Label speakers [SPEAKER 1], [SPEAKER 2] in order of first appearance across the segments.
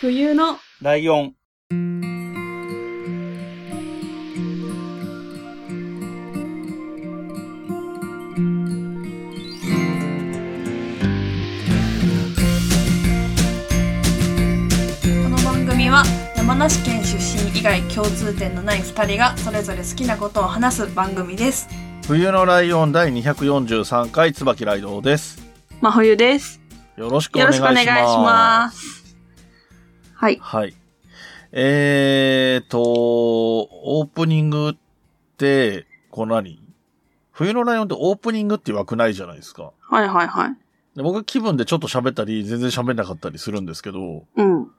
[SPEAKER 1] 冬の
[SPEAKER 2] ライオン。
[SPEAKER 3] この番組は山梨県出身以外共通点のない2人がそれぞれ好きなことを話す番組です
[SPEAKER 4] 冬のライオン第243回椿ライドウです。
[SPEAKER 1] 真冬です。
[SPEAKER 4] よろしくお
[SPEAKER 1] よ
[SPEAKER 4] 願
[SPEAKER 1] ろ
[SPEAKER 4] い
[SPEAKER 1] し
[SPEAKER 4] し
[SPEAKER 1] くお願
[SPEAKER 4] ます。
[SPEAKER 1] いします。はい。
[SPEAKER 4] はい。えーと、オープニングって、こう何冬のライオンってオープニングっていう枠ないじゃないですか。
[SPEAKER 1] はいはいはい。
[SPEAKER 4] で僕は気分でちょっと喋ったり、全然喋んなかったりするんですけど、
[SPEAKER 1] うん。
[SPEAKER 4] 今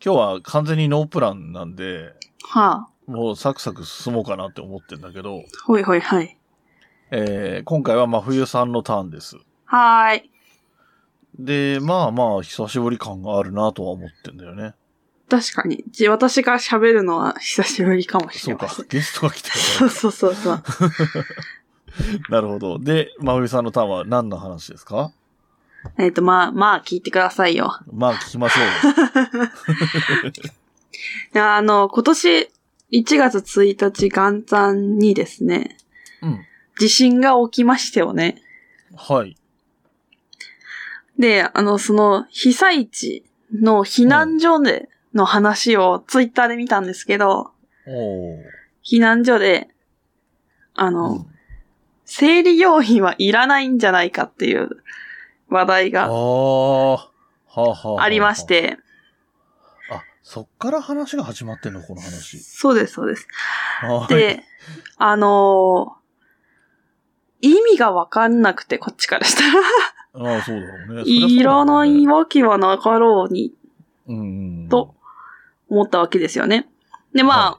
[SPEAKER 4] 日は完全にノープランなんで、
[SPEAKER 1] はあ。
[SPEAKER 4] もうサクサク進もうかなって思ってんだけど、
[SPEAKER 1] ほいほいはい。
[SPEAKER 4] えー今回は真冬さんのターンです。
[SPEAKER 1] はーい。
[SPEAKER 4] で、まあまあ、久しぶり感があるなとは思ってんだよね。
[SPEAKER 1] 確かに。じ、私が喋るのは久しぶりかもし
[SPEAKER 4] そ
[SPEAKER 1] れ
[SPEAKER 4] う
[SPEAKER 1] ま
[SPEAKER 4] か
[SPEAKER 1] せん。、
[SPEAKER 4] ゲストが来てる
[SPEAKER 1] そうそうそう そう。
[SPEAKER 4] から。なるほど。で、真冬さんのターンは何の話ですか
[SPEAKER 1] えっ、と、まあ、まあ、聞いてくださいよ。
[SPEAKER 4] まあ、聞きましょ うよ。
[SPEAKER 1] であの、今年1月1日元旦にですね、
[SPEAKER 4] うん。
[SPEAKER 1] 地震が起きましてよね。
[SPEAKER 4] はい。
[SPEAKER 1] で、あの、その、被災地の避難所での話をツイッターで見たんですけど、
[SPEAKER 4] おー
[SPEAKER 1] 避難所で、あの、
[SPEAKER 4] うん
[SPEAKER 1] 生理用品はいらないんじゃないかっていう話題
[SPEAKER 4] あー
[SPEAKER 1] が
[SPEAKER 4] はあ、はあはあ。
[SPEAKER 1] ありまし。て、
[SPEAKER 4] あ、そっから話が始まってんの、この話。
[SPEAKER 1] そうです、そうです。
[SPEAKER 4] はーい、
[SPEAKER 1] で、あのー意味がわかんなくて、こっちからしたら。
[SPEAKER 4] ああ、そうだろうね。そりゃそうだろうね
[SPEAKER 1] いらないわけはなかろうに
[SPEAKER 4] うんうんうん。
[SPEAKER 1] と思ったわけですよね。で、まあ、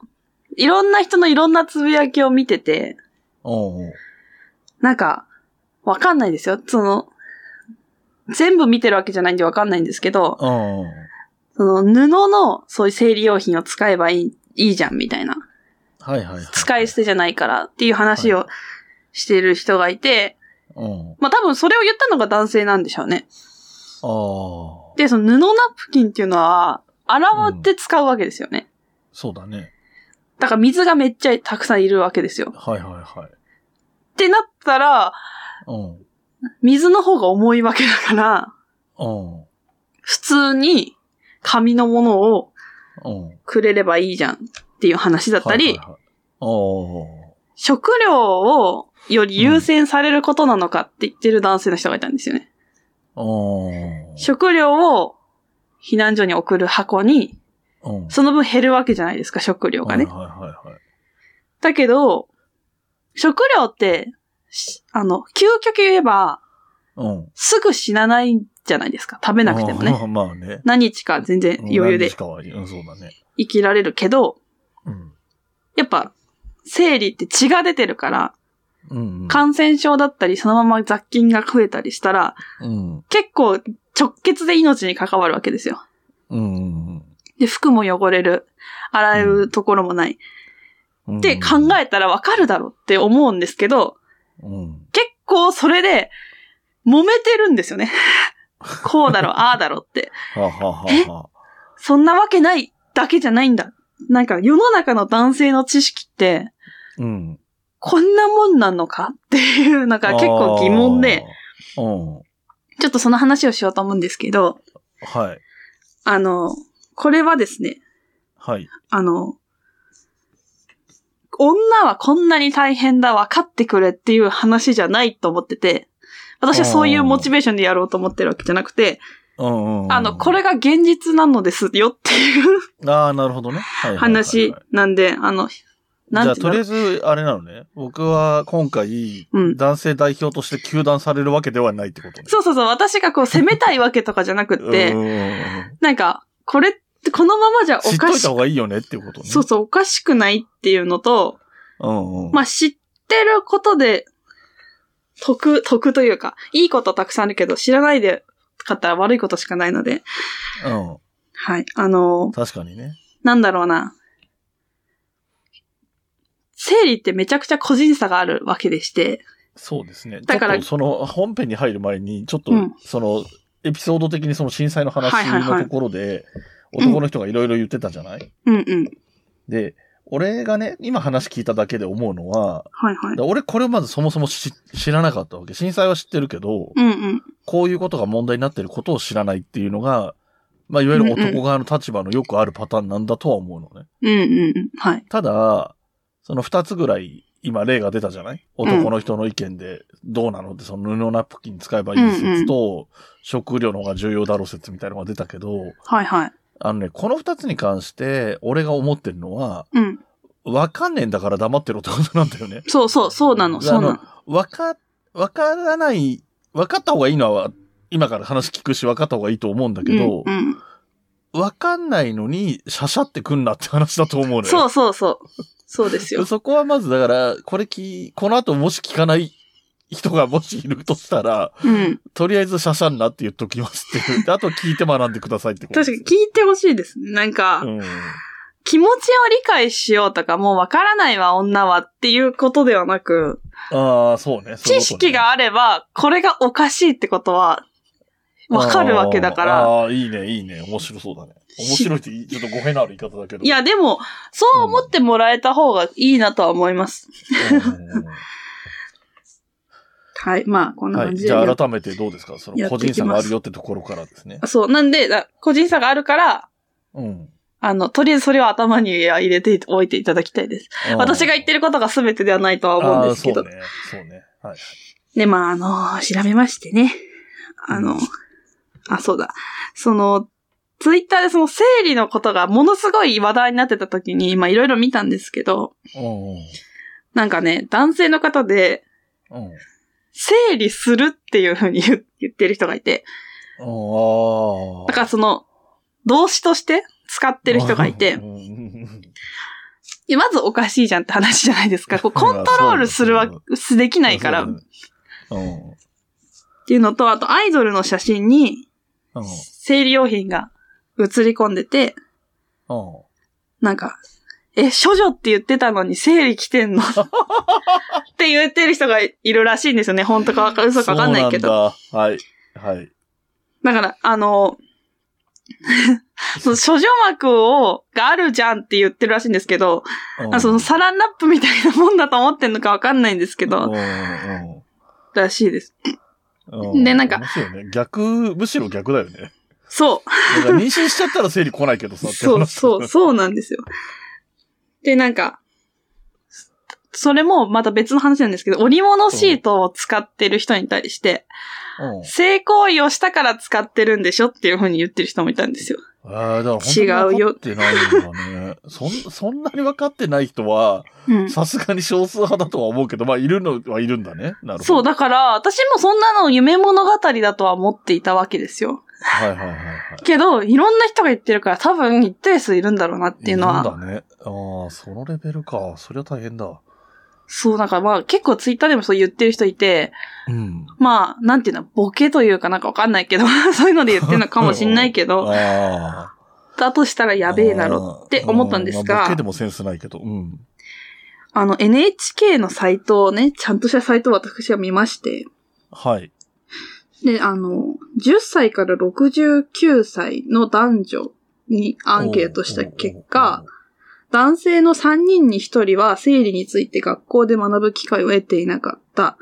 [SPEAKER 1] いろんな人のいろんなつぶやきを見てて、
[SPEAKER 4] おうおう。
[SPEAKER 1] なんか、わかんないですよ。その、全部見てるわけじゃないんでわかんないんですけど、
[SPEAKER 4] うんうん。
[SPEAKER 1] その布のそういう生理用品を使えばいいいいじゃんみたいな。
[SPEAKER 4] はいはいはい。
[SPEAKER 1] 使い捨てじゃないからっていう話をしてる人がいて、
[SPEAKER 4] うん。
[SPEAKER 1] まあ多分それを言ったのが男性なんでしょうね。
[SPEAKER 4] ああ。
[SPEAKER 1] で、その布ナプキンっていうのは、洗って使うわけですよね。
[SPEAKER 4] そうだね。
[SPEAKER 1] だから水がめっちゃたくさんいるわけですよ。っ
[SPEAKER 4] はいはいはい。
[SPEAKER 1] てなったら、
[SPEAKER 4] うん。
[SPEAKER 1] 水の方が重いわけだから、
[SPEAKER 4] うん。
[SPEAKER 1] 普通に紙のものを
[SPEAKER 4] うん。
[SPEAKER 1] くれればいいじゃんっていう話だったり、
[SPEAKER 4] はいはいはいおー
[SPEAKER 1] 食料をより優先されることなのかって言ってる男性の人がいたんですよね。
[SPEAKER 4] おー
[SPEAKER 1] 食料を避難所に送る箱に、
[SPEAKER 4] うん。
[SPEAKER 1] その分減るわけじゃないですか、食料がね。
[SPEAKER 4] はいはいはいはい。
[SPEAKER 1] だけど、食料って、しあの、究極言えば、
[SPEAKER 4] うん。
[SPEAKER 1] すぐ死なないじゃないですか。食べなくてもね。
[SPEAKER 4] うんまあまあね。
[SPEAKER 1] 何日か全然 余裕
[SPEAKER 4] 何
[SPEAKER 1] で
[SPEAKER 4] 日かはうん、そうだね。
[SPEAKER 1] 生きられるけど、
[SPEAKER 4] うん。
[SPEAKER 1] やっぱ、生理って血が出てるから、
[SPEAKER 4] うん、うん。
[SPEAKER 1] 感染症だったり、そのまま雑菌が増えたりしたら、
[SPEAKER 4] うん。
[SPEAKER 1] 結構直結で命に関わるわけですよ。
[SPEAKER 4] うんうん
[SPEAKER 1] で、服も汚れる。洗うところもない。
[SPEAKER 4] うん。
[SPEAKER 1] って考えたらわかるだろうって思うんですけど、
[SPEAKER 4] うん。
[SPEAKER 1] 結構それで揉めてるんですよね。 こうだろう、ああだろうって。
[SPEAKER 4] はははは。
[SPEAKER 1] そんなわけないだけじゃないんだ。なんか世の中の男性の知識って、
[SPEAKER 4] うん。
[SPEAKER 1] こんなもんなのかっていうのが結構疑問で、
[SPEAKER 4] あー。うん。
[SPEAKER 1] ちょっとその話をしようと思うんですけど、
[SPEAKER 4] はい。
[SPEAKER 1] あの、これはですね、
[SPEAKER 4] はい。
[SPEAKER 1] あの、女はこんなに大変だ、分かってくれっていう話じゃないと思ってて、私はそういうモチベーションでやろうと思ってるわけじゃなくて、
[SPEAKER 4] うんうんうん。
[SPEAKER 1] あの、これ。が現実なのですよっていう
[SPEAKER 4] ああ、なるほどね。はいはいはいはい
[SPEAKER 1] 話なんで、あの、
[SPEAKER 4] じ
[SPEAKER 1] な
[SPEAKER 4] ゃあ、
[SPEAKER 1] んていう
[SPEAKER 4] とりあえ
[SPEAKER 1] の
[SPEAKER 4] ず、あれなのね。僕は今回、
[SPEAKER 1] うん
[SPEAKER 4] 男性代表として球団されるわけではないってことね。
[SPEAKER 1] そうそうそう、私がこう責めたいわけとかじゃなくっ
[SPEAKER 4] う
[SPEAKER 1] て
[SPEAKER 4] ん、うんうん
[SPEAKER 1] なんか、これってこのままじゃお
[SPEAKER 4] 知っ
[SPEAKER 1] か
[SPEAKER 4] とい
[SPEAKER 1] しく
[SPEAKER 4] た方がいいよねっていうことね。
[SPEAKER 1] そうそう、おかしくないっていうのと、
[SPEAKER 4] うんうん。
[SPEAKER 1] まあ、知ってることで、得、得というか、いいことたくさんあるけど、知らないで買ったら悪いことしかないので、
[SPEAKER 4] うん。
[SPEAKER 1] はい。あのー、
[SPEAKER 4] 確かにね。
[SPEAKER 1] なんだろうな。生理ってめちゃくちゃ個人差があるわけでして、
[SPEAKER 4] そうですね。
[SPEAKER 1] だから
[SPEAKER 4] ちょっとその本編に入る前に、ちょっと
[SPEAKER 1] うん
[SPEAKER 4] そのエピソード的にその震災の話
[SPEAKER 1] はいはいはい
[SPEAKER 4] のところで、男の人がいろいろ言ってたじゃない、
[SPEAKER 1] うんうん。
[SPEAKER 4] で、俺がね、今話聞いただけで思うのは、
[SPEAKER 1] はいはい
[SPEAKER 4] だ。俺これをまずそもそも知知らなかったわけ。震災は知ってるけど、
[SPEAKER 1] うんうん。
[SPEAKER 4] こういうことが問題になってることを知らないっていうのが、まあ、いわゆる男側の立場のよくあるパターンなんだとは思うのね。
[SPEAKER 1] うんうんうん。はい。
[SPEAKER 4] ただ、その二つぐらい、今例が出たじゃない男の人の意見で、どうなのって、その布ナプキン使えばいい説と、食料の方が重要だろう説みたいなのが出たけど、
[SPEAKER 1] はいはい。
[SPEAKER 4] あのね、この二つに関して、俺が思ってるのは、
[SPEAKER 1] うん。
[SPEAKER 4] わかんねえんだから黙ってろってことなんだよね。
[SPEAKER 1] そうそう、そうなの、そうなの。
[SPEAKER 4] わか、わからない、わかった方がいいのは、今から話聞くし、わかった方がいいと思うんだけど
[SPEAKER 1] う、んうん。
[SPEAKER 4] わ、かんないのに、シャシャってくんなって話だと思うのよ。
[SPEAKER 1] そうそうそう。そうですよ。
[SPEAKER 4] そこはまず、だから、これき、この後もし聞かない人がもしいるとしたら、
[SPEAKER 1] うん。
[SPEAKER 4] とりあえずシャシャんなって言っときますっ ていう。であと聞いて学んでくださいってこと
[SPEAKER 1] 確かに聞いてほしいですね。なんか、
[SPEAKER 4] うん。
[SPEAKER 1] 気持ちを理解しようとか、もうわからないわ、女はっていうことではなく、
[SPEAKER 4] ああ、そうね。そういうことね
[SPEAKER 1] 知識があれば、これがおかしいってことは、わかるわけだから。
[SPEAKER 4] あーあー、いいね、いいね。面白そうだね。面白いって、ちょっと語弊のある言い方だけど。
[SPEAKER 1] いや、でも、そう思ってもらえた方がいいなとは思います。
[SPEAKER 4] うん、
[SPEAKER 1] はい。まあ、こんな
[SPEAKER 4] は
[SPEAKER 1] 感
[SPEAKER 4] い。
[SPEAKER 1] じで
[SPEAKER 4] じ
[SPEAKER 1] や。
[SPEAKER 4] ゃあ改めてどうですかそ
[SPEAKER 1] や
[SPEAKER 4] の
[SPEAKER 1] っていきま
[SPEAKER 4] 個
[SPEAKER 1] す
[SPEAKER 4] 人差があるよってところからですね。
[SPEAKER 1] そう。なんで、だ個人差があるから、
[SPEAKER 4] うん。
[SPEAKER 1] あの、とりあえずそれを頭に入れておいていただきたいです。私が言ってることが全てではないとは
[SPEAKER 4] と
[SPEAKER 1] 思うんですけど。
[SPEAKER 4] そうね。そうね。はい。
[SPEAKER 1] で、まあ、あの、調べましてね。あの、あ、そうだ。その、ツイッターでその生理のことがものすごい話題になってた時に、まあいろいろ見たんですけど、
[SPEAKER 4] う
[SPEAKER 1] なんかね、男性の方で、
[SPEAKER 4] んうん。うん。
[SPEAKER 1] 生理するっていう風に言う言ってる人がいて、
[SPEAKER 4] ああ。
[SPEAKER 1] だからその、動詞として使ってる人がいて
[SPEAKER 4] う、んうん
[SPEAKER 1] いやまずおかしいじゃんって話じゃないですか。こうコントロールするわ
[SPEAKER 4] いやそ、
[SPEAKER 1] すできないから
[SPEAKER 4] う
[SPEAKER 1] っ
[SPEAKER 4] ん。うん
[SPEAKER 1] ていうのと、あとアイドルの写真に
[SPEAKER 4] うん。
[SPEAKER 1] 生理用品が写り込んでて、
[SPEAKER 4] うん。
[SPEAKER 1] なんか、え、処女って言ってたのに生理来て んのって言ってる人がいるらしいんですよね。本当かわか嘘かわかんないけど。
[SPEAKER 4] ど。はい。はい。
[SPEAKER 1] だから、あの、 その処女膜を、があるじゃんって言ってるらしいんですけど、
[SPEAKER 4] うん
[SPEAKER 1] あそのサランラップみたいなもんだと思ってんのかわかんないんですけ
[SPEAKER 4] うん
[SPEAKER 1] ど、
[SPEAKER 4] うん
[SPEAKER 1] らしいです。
[SPEAKER 4] うん
[SPEAKER 1] でなんか
[SPEAKER 4] 面白いね。逆、むしろ逆だよね。
[SPEAKER 1] そう。
[SPEAKER 4] だから妊娠しちゃったら生理来ないけどさ、って話
[SPEAKER 1] そうそう、そうなんですよ。で、なんか、それもまた別の話なんですけど、織物シートを使ってる人に対して、
[SPEAKER 4] うん
[SPEAKER 1] 性行為をしたから使ってるんでしょっていう風に言ってる人もいたんですよ。
[SPEAKER 4] ああ、だから
[SPEAKER 1] 違うよ
[SPEAKER 4] 本当に分かってないんだね。そん、そんなに分かってない人は、
[SPEAKER 1] うん。
[SPEAKER 4] さすがに少数派だとは思うけど、まあ、いるのはいるんだね。なるほど。
[SPEAKER 1] そう、。だから、私もそんなの夢物語だとは思っていたわけですよ。
[SPEAKER 4] はいはいはい、はい。
[SPEAKER 1] けど、いろんな人が言ってるから、多分一定数いるんだろうなっていうの
[SPEAKER 4] る
[SPEAKER 1] は。
[SPEAKER 4] んだね。ああ、そのレベルか。そりゃ大変だ。
[SPEAKER 1] そう、なんかまあ結構ツイッターでもそう言ってる人いて、
[SPEAKER 4] うん。
[SPEAKER 1] まあ、なんていうの、ボケというかなんかわかんないけど、 そういうので言ってるのかもしんないけど、
[SPEAKER 4] ああ。
[SPEAKER 1] だとしたらやべえだろ。
[SPEAKER 4] ろ
[SPEAKER 1] って思ったんですが
[SPEAKER 4] まあ、ボケでもセンスないけど。うん。
[SPEAKER 1] あの、NHK のサイトをね、ちゃんとしたサイトを私は見まして、
[SPEAKER 4] はい。
[SPEAKER 1] で、あの、10歳から69歳の男女にアンケートした結果、男性の3人に1人は生理について学校で学ぶ機会を得ていなかった。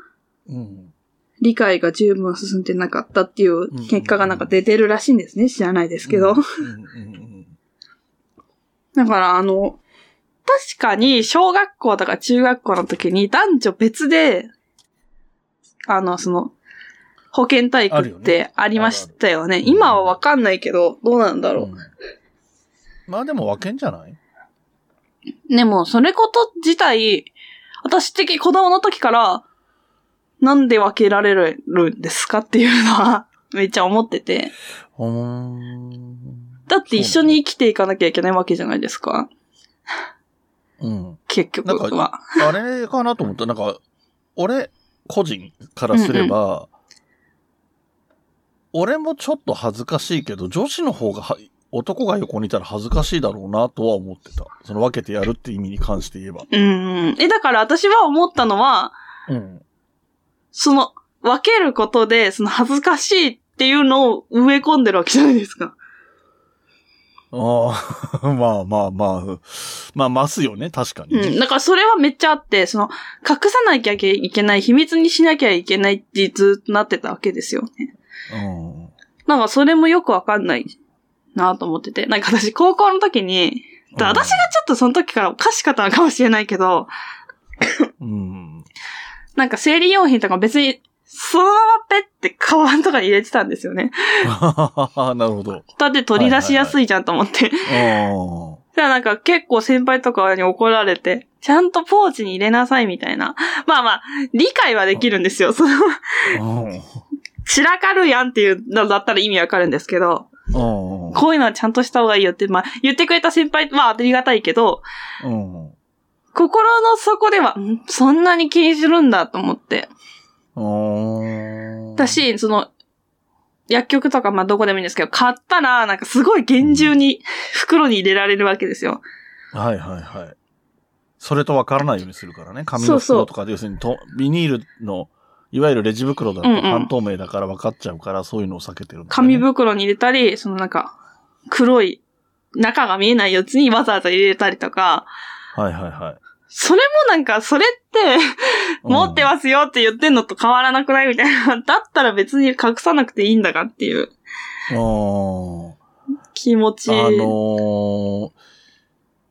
[SPEAKER 4] おー、おーおーうん。
[SPEAKER 1] 理解が十分進んでなかったっていう結果がなんか出てるらしいんですね。知らないですけど
[SPEAKER 4] うん。うんうん
[SPEAKER 1] だから、あの、確かに、小学校とか中学校の時に男女別で、あの、その、保健体育ってありましたよね。
[SPEAKER 4] るある
[SPEAKER 1] 今はわかんないけど、どうなんだ
[SPEAKER 4] う
[SPEAKER 1] ろ。
[SPEAKER 4] ん。うんまあでも分けんじゃないう
[SPEAKER 1] でも、それこと自体、私的、子供の時から、なんで分けられるんですかっていうのは、 めっちゃ思ってて。
[SPEAKER 4] うーん。
[SPEAKER 1] だって一緒に生きていかなきゃいけないわけじゃないですか。
[SPEAKER 4] うん。
[SPEAKER 1] 結局
[SPEAKER 4] なん
[SPEAKER 1] は。
[SPEAKER 4] あれかなと思った。なんか、俺、個人からすれば、俺もちょっと恥ずかしいけど、女子の方がは、男が横にいたら恥ずかしいだろうなとは思ってた。その分けてやるって意味に関して言えば。
[SPEAKER 1] うんうん。え、だから私は思ったのは、
[SPEAKER 4] うん。
[SPEAKER 1] その、分けることで、その恥ずかしいっていうのを植え込んでるわけじゃないですか。
[SPEAKER 4] ああ、 まあまあまあ、まあ、ますよね、確かに
[SPEAKER 1] う
[SPEAKER 4] ね。
[SPEAKER 1] ん。だからそれはめっちゃあって、その、隠さなきゃいけない、秘密にしなきゃいけないってずっとなってたわけですよね。
[SPEAKER 4] うん。
[SPEAKER 1] なんかそれもよくわかんないなと思ってて。なんか私高校の時に、
[SPEAKER 4] うん
[SPEAKER 1] 私がちょっとその時からおかしかったのかもしれないけど、
[SPEAKER 4] うん。
[SPEAKER 1] なんか生理用品とか別に、そのままペッてカバンとかに入れてたんですよね。
[SPEAKER 4] なるほど。
[SPEAKER 1] だって取り出しやすいじゃんと思って。
[SPEAKER 4] うん。
[SPEAKER 1] じゃあなんか結構先輩とかに怒られて、ちゃんとポーチに入れなさいみたいな。まあまあ、理解はできるんですよ。その、
[SPEAKER 4] うん
[SPEAKER 1] 散らかるやんっていうのだったら意味わかるんですけど、
[SPEAKER 4] うん。
[SPEAKER 1] こういうのはちゃんとした方がいいよって、まあ、言ってくれた先輩はありがたいけど、
[SPEAKER 4] うん。
[SPEAKER 1] 心の底では、んそんなに気にするんだと思って。
[SPEAKER 4] うん。
[SPEAKER 1] だし、その、薬局とか、まあ、どこでもいいんですけど、買ったら、なんかすごい厳重に袋に入れられるわけですよ。
[SPEAKER 4] はいはいはい。それと分からないようにするからね。紙
[SPEAKER 1] そ
[SPEAKER 4] の
[SPEAKER 1] うそう
[SPEAKER 4] 袋とかで、要するにとビニールの、いわゆるレジ袋だと
[SPEAKER 1] うんうん
[SPEAKER 4] 半透明だから分かっちゃうから、そういうのを避けてるんだよね、
[SPEAKER 1] 紙袋に入れたり、そのなんか、黒い、中が見えないやつにわざわざ入れたりとか、
[SPEAKER 4] はいはいはい。
[SPEAKER 1] それもなんか、それって、持ってますよって言ってんのと変わらなくないみたいな。 だったら別に隠さなくていいんだかっていう
[SPEAKER 4] す。うん。
[SPEAKER 1] 気持ち。
[SPEAKER 4] あのー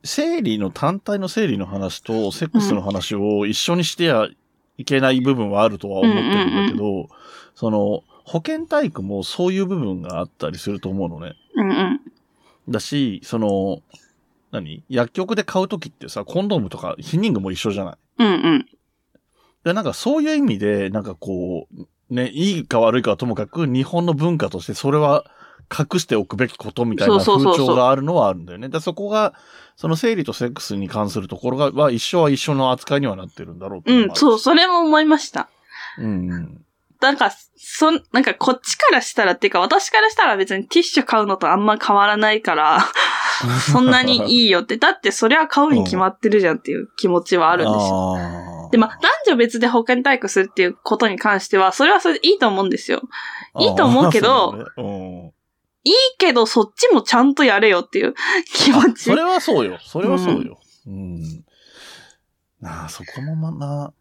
[SPEAKER 4] 生理の単体の生理の話とセックスの話を一緒にしてはいけない部分はあるとは思ってるんだけど、その、保健体育もそういう部分があったりすると思うのね。
[SPEAKER 1] うんうん。
[SPEAKER 4] だし、その、何薬局で買うときってさ、コンドームとか、避妊具も一緒じゃない
[SPEAKER 1] うんうん。
[SPEAKER 4] で、なんかそういう意味で、なんかこう、ね、いいか悪いかはともかく、日本の文化としてそれは隠しておくべきことみたいな
[SPEAKER 1] そう
[SPEAKER 4] 風
[SPEAKER 1] そうそうそう
[SPEAKER 4] 潮があるのはあるんだよね。で、そこが、その生理とセックスに関するところが、は一緒は一緒の扱いにはなってるんだろうっていの
[SPEAKER 1] うん
[SPEAKER 4] も、あるし
[SPEAKER 1] そう、それも思いました。
[SPEAKER 4] うんうん。
[SPEAKER 1] なんか、そん、なんかこっちからしたらっていうか、私からしたら別にティッシュ買うのとあんま変わらない から、そんなにいいよって。だってそりゃ買うに決まってるじゃんっていう気持ちはあるんですよ。
[SPEAKER 4] あー
[SPEAKER 1] で、まあ、男女別で保健体育するっていうことに関しては、それはそれでいいと思うんですよ。いいと思うけど
[SPEAKER 4] あーそうなんだねうん
[SPEAKER 1] いいけど、そっちもちゃんとやれよっていう気持
[SPEAKER 4] あ
[SPEAKER 1] ち。
[SPEAKER 4] それはそうよ。それはそうよ。うん。なあ、そこもまな、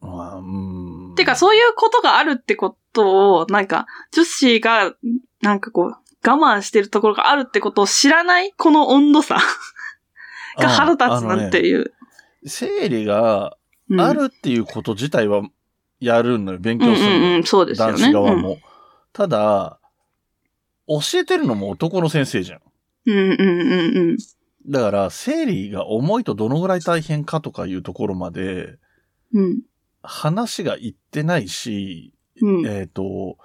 [SPEAKER 4] まあ、うん。
[SPEAKER 1] てか、そういうことがあるってことを、なんか、女子が、なんかこう、我慢してるところがあるってことを知らない、この温度差
[SPEAKER 4] あ
[SPEAKER 1] が腹立つなって
[SPEAKER 4] あのね
[SPEAKER 1] いう。
[SPEAKER 4] 生理が
[SPEAKER 1] うん
[SPEAKER 4] あるっていうこと自体はやるのよ。勉
[SPEAKER 1] うん
[SPEAKER 4] 強
[SPEAKER 1] う
[SPEAKER 4] するのよ。
[SPEAKER 1] んうん、そうですよ
[SPEAKER 4] 男
[SPEAKER 1] ね。
[SPEAKER 4] 子側も。ただ、教えてるのも男の先生じゃん。
[SPEAKER 1] うん。うんうんうんうん。
[SPEAKER 4] だから、生理が重いとどのぐらい大変かとかいうところまで、
[SPEAKER 1] うん。
[SPEAKER 4] 話がいってないし、
[SPEAKER 1] うん。
[SPEAKER 4] えっ、と、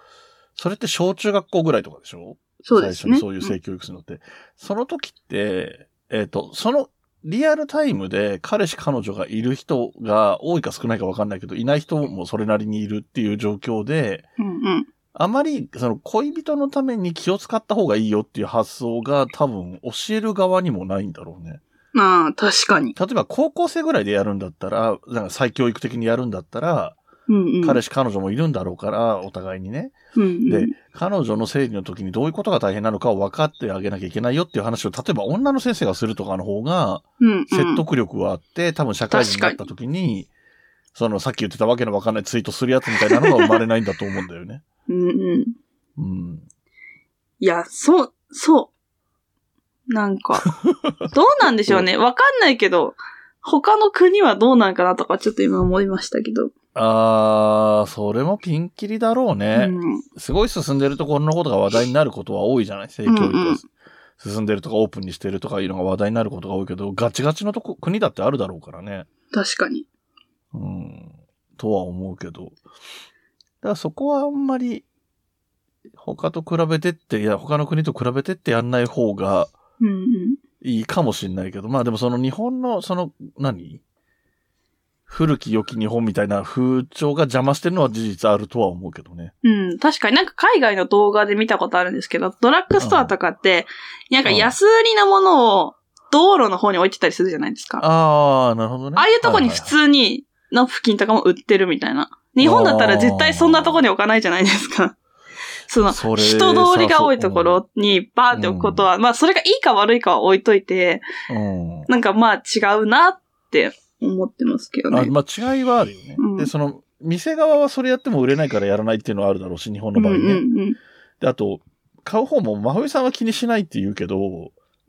[SPEAKER 4] それって小中学校ぐらいとかでしょ
[SPEAKER 1] そうですね。
[SPEAKER 4] 最初にそういう性教育するのって。その時って、えっ、と、そのリアルタイムで彼氏彼女がいる人が多いか少ないかわかんないけど、いない人もそれなりにいるっていう状況で、
[SPEAKER 1] うんうん。
[SPEAKER 4] あまりその恋人のために気を使った方がいいよっていう発想が多分教える側にもないんだろうね。
[SPEAKER 1] まあ、確かに。
[SPEAKER 4] 例えば高校生ぐらいでやるんだったら、なんか再教育的にやるんだったら、
[SPEAKER 1] うんうん。
[SPEAKER 4] 彼氏彼女もいるんだろうから、お互いにね。
[SPEAKER 1] うんうん
[SPEAKER 4] で、彼女の生理の時にどういうことが大変なのかを分かってあげなきゃいけないよっていう話を、例えば女の先生がするとかの方が、
[SPEAKER 1] うんうん
[SPEAKER 4] 説得力はあって、多分社会人になった時に、そのさっき言ってたわけのわかんないツイートするやつみたいなのが生まれないんだと思うんだよね。
[SPEAKER 1] うんうん。
[SPEAKER 4] うん。
[SPEAKER 1] いや、そう、そう。なんか、 どうなんでしょうね。わかんないけど、他の国はどうなんかなとかちょっと今思いましたけど。
[SPEAKER 4] あー、それもピンキリだろうね。
[SPEAKER 1] うん
[SPEAKER 4] すごい進んでるところのことが話題になることは多いじゃない性教育
[SPEAKER 1] うんう
[SPEAKER 4] が
[SPEAKER 1] ん
[SPEAKER 4] 進んでるとかオープンにしてるとかいうのが話題になることが多いけど、ガチガチのとこ国だってあるだろうからね。
[SPEAKER 1] 確かに。
[SPEAKER 4] うん、とは思うけど。だからそこはあんまり、他と比べてって、いや、他の国と比べてってやんない方が
[SPEAKER 1] うんうん。
[SPEAKER 4] いいかもしんないけど、まあでもその日本の、その、何古き良き日本みたいな風潮が邪魔してるのは事実あるとは思うけどね。
[SPEAKER 1] うん、確かになんか海外の動画で見たことあるんですけど、ドラッグストアとかって、なんか安売りなものを道路の方に置いてたりするじゃないですか。あ
[SPEAKER 4] ああ、なるほどね。
[SPEAKER 1] あいうとこに普通にナプキンとかも売ってるみたいな。日本だったら絶対そんなとこに置かないじゃないですか。 その、
[SPEAKER 4] それ
[SPEAKER 1] 人通りが多いところにバーって置くことは、まあそれがいいか悪いかは置いといて、
[SPEAKER 4] うん。
[SPEAKER 1] なんかまあ違うなって思ってますけど
[SPEAKER 4] あ
[SPEAKER 1] ね。
[SPEAKER 4] まあ違いはあるよね。
[SPEAKER 1] うん
[SPEAKER 4] で、その、店側はそれやっても売れないからやらないっていうのはあるだろうし、日本の
[SPEAKER 1] うん
[SPEAKER 4] 場
[SPEAKER 1] う
[SPEAKER 4] 合ね。
[SPEAKER 1] ん
[SPEAKER 4] で、あと、買う方も、真冬さんは気にしないって言うけど、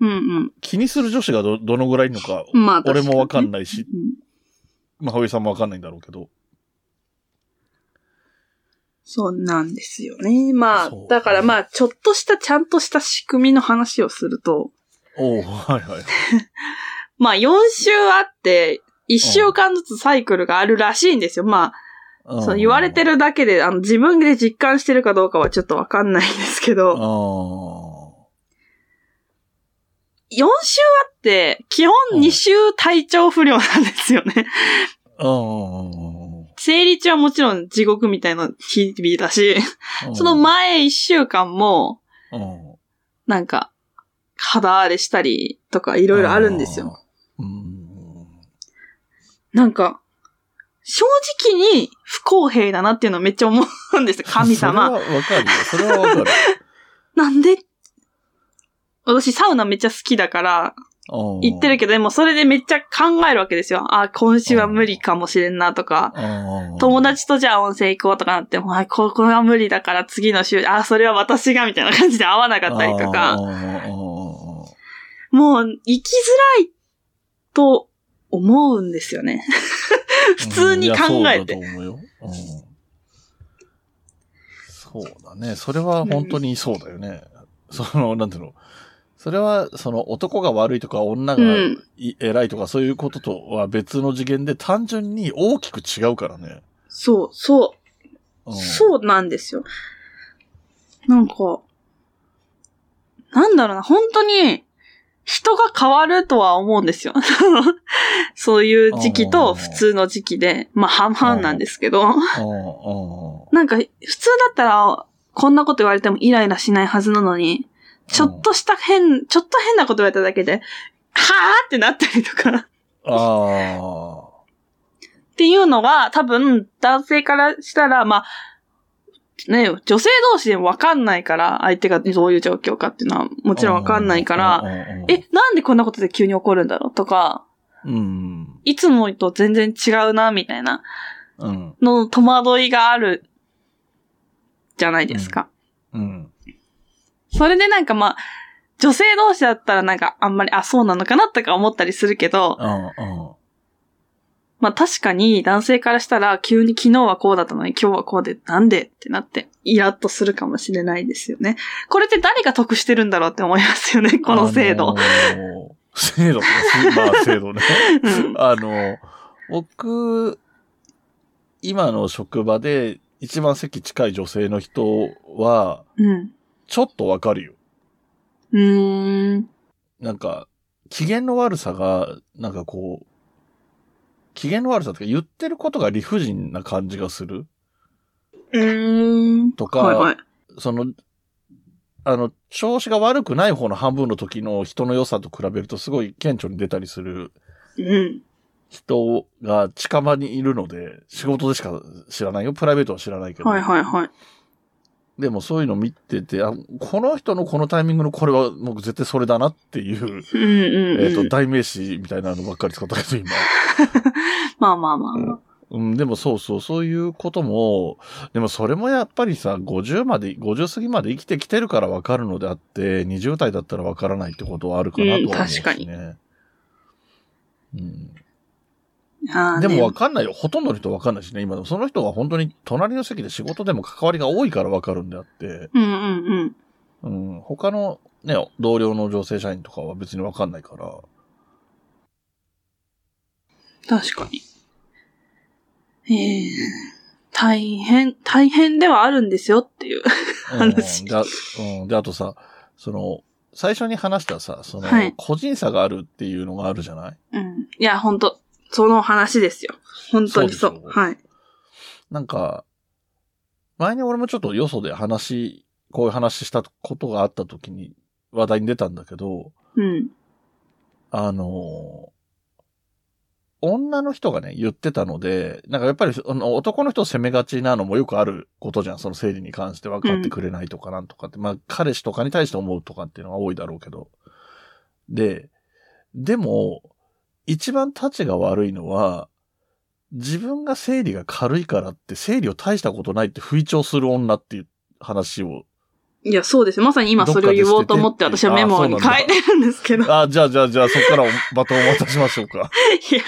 [SPEAKER 1] うん。うん
[SPEAKER 4] 気にする女子がど、どのぐらいいるのか、
[SPEAKER 1] うん。まあ
[SPEAKER 4] 俺もわかんない
[SPEAKER 1] い
[SPEAKER 4] し、真冬さんもわかんないんだろうけど。
[SPEAKER 1] そうなんですよね。まあ
[SPEAKER 4] そう、
[SPEAKER 1] だからまあ、ちょっとした、ちゃんとした仕組みの話をすると、
[SPEAKER 4] おおはいはい。
[SPEAKER 1] まあ4週あって、1週間ずつサイクルがあるらしいんですよ。まあ、その言われて
[SPEAKER 4] る。
[SPEAKER 1] るだけで、あの、自分で実感してるかどうかはちょっとわかんないんですけ
[SPEAKER 4] ああ。
[SPEAKER 1] ど、4週あって、基本2週体調不良なんですよね。
[SPEAKER 4] ああ。
[SPEAKER 1] 生理中はもちろん地獄みたいな日々だし、その前1週間も、
[SPEAKER 4] うん、
[SPEAKER 1] なんか、肌荒れしたりとかい
[SPEAKER 4] い
[SPEAKER 1] ろいろあるんですよ。。
[SPEAKER 4] うん。
[SPEAKER 1] なんか、正直に不公平だなっていうのはめっちゃ思うんですよ。神様。
[SPEAKER 4] それはわかるよ。それはわかる。
[SPEAKER 1] なんで、私サウナめっちゃ好きだから、行ってる
[SPEAKER 4] け
[SPEAKER 1] けど、でもそれでめっちゃ考えるわけですよ。あ、今週は無理かもしれんなとか。
[SPEAKER 4] ど、うん
[SPEAKER 1] 友。達とじゃあ温泉行こうとかなって、もうあここは無理だから次の週、あ、それは私がみたいな感じで会わなかったりと
[SPEAKER 4] あー。
[SPEAKER 1] か、
[SPEAKER 4] うんうんうん
[SPEAKER 1] もう生きづらいと思うんですよね。 普通に考えて
[SPEAKER 4] うんいやそうだと思うよ。うんそうだね。それは本当にそうだよね。その、なんていうの。それは、その、男が悪いとか、女が
[SPEAKER 1] うん
[SPEAKER 4] い偉いとか、そういうこととは別の次元で、単純に大きく違うからね。
[SPEAKER 1] そう、そう。
[SPEAKER 4] うん
[SPEAKER 1] そうなんですよ。なんか、なんだろうな、本当に、人が変わるとは思うんですよ。 そういう時期と普通の時期で、まあ半々なんですけど、
[SPEAKER 4] うんうんうん
[SPEAKER 1] なんか普通だったら、こんなこと言われてもイライラしないはずなのに、ちょっとした変、ちょっと変なこと言われただけで、はぁってなったりとか。
[SPEAKER 4] あ
[SPEAKER 1] っていうのは、多分、男性からしたら、まあ、ね、女性同士でもわかんないから、相手がどういう状況かっていうのは、も
[SPEAKER 4] も
[SPEAKER 1] ちろんわかんないから、、
[SPEAKER 4] え
[SPEAKER 1] え、なんでこんなことで急に怒るんだろうとか、
[SPEAKER 4] うん。
[SPEAKER 1] いつもと全然違うな、みたいな、
[SPEAKER 4] うん。
[SPEAKER 1] の戸惑いがある、じゃないですか。
[SPEAKER 4] うん。
[SPEAKER 1] それでなんかまあ、女性同士だったらなんかあんまり、あ、そうなのかなとか思ったりするけど、
[SPEAKER 4] うん。うん。
[SPEAKER 1] まあ確かに男性からしたら急に昨日はこうだったのに今日はこうでなんでってなってイラッとするかもしれないですよね。これって誰が得してるんだろうって思いますよね、この制度。
[SPEAKER 4] あのー。制度まあ制度ね。
[SPEAKER 1] うん
[SPEAKER 4] あの、僕、今の職場で一番席近い女性の人は、
[SPEAKER 1] うん。
[SPEAKER 4] ちょっとわかるよ。
[SPEAKER 1] うーん。
[SPEAKER 4] なんか、機嫌の悪さが、なんかこう、機嫌の悪さとか言ってることが理不尽な感じがする
[SPEAKER 1] うーん。
[SPEAKER 4] とか、
[SPEAKER 1] はいはい。
[SPEAKER 4] その、あの、調子が悪くない方の半分の時の人の良さと比べるとすごい顕著に出たりする
[SPEAKER 1] うん。
[SPEAKER 4] 人が近場にいるので、仕事でしか知らないよ。プライベートは知らないけど。
[SPEAKER 1] はいはいはい。
[SPEAKER 4] でもそういうの見てて、あ、この人のこのタイミングのこれはもう絶対それだなっていう、
[SPEAKER 1] うんうん、うん。
[SPEAKER 4] えっ、と、代名詞みたいなのばっかり使ったけど、今。
[SPEAKER 1] まあまあまあ。
[SPEAKER 4] うん、でもそうそう、そういうことも、でもそれもやっぱりさ、50まで、50過ぎまで生きてきてるからわかるのであって、20代だったらわからないってことはあるかなとは思う
[SPEAKER 1] うん確
[SPEAKER 4] し、ね
[SPEAKER 1] かに
[SPEAKER 4] うん
[SPEAKER 1] あー
[SPEAKER 4] で
[SPEAKER 1] ね
[SPEAKER 4] もわかんないよ。ほとんどの人わかんないしね、今でも。その人は本当に隣の席で仕事でも関わりが多いからわかるんであって、
[SPEAKER 1] うんうんうん。
[SPEAKER 4] うん、他のね、同僚の女性社員とかは別にわかんないから。
[SPEAKER 1] 確かに。えー、大変、大変ではあるんですよっていう。
[SPEAKER 4] うん、
[SPEAKER 1] 話
[SPEAKER 4] で、あうん、であとさ、その、最初に話したさ、その、
[SPEAKER 1] はい
[SPEAKER 4] 個人差があるっていうのがあるじゃない
[SPEAKER 1] うん。いや、本当その話ですよ。本当にそう。
[SPEAKER 4] そうでしょ
[SPEAKER 1] はい。
[SPEAKER 4] なんか、前に俺もちょっとよそで話、こういう話したことがあった時に話題に出たんだけど、
[SPEAKER 1] うん。
[SPEAKER 4] あの、女の人がね、言ってたので、なんかやっぱりあの男の人を責めがちなのもよくあることじゃん。その生理に関して分かってくれないとかなんとかって。まあ彼氏とかに対して思うとかっていうのは多いだろうけど。で、でも、一番立ちが悪いのは、自分が生理が軽いからって生理を大したことないって不意調する女っていう話を。
[SPEAKER 1] いや、そうですよ。まさに今それを言おうと思って
[SPEAKER 4] どっかで
[SPEAKER 1] 私
[SPEAKER 4] 捨てて
[SPEAKER 1] はメモに書いてるんですけど。い
[SPEAKER 4] あ、じゃあじゃあじゃあそこからおバトンを渡しましょうか。
[SPEAKER 1] や、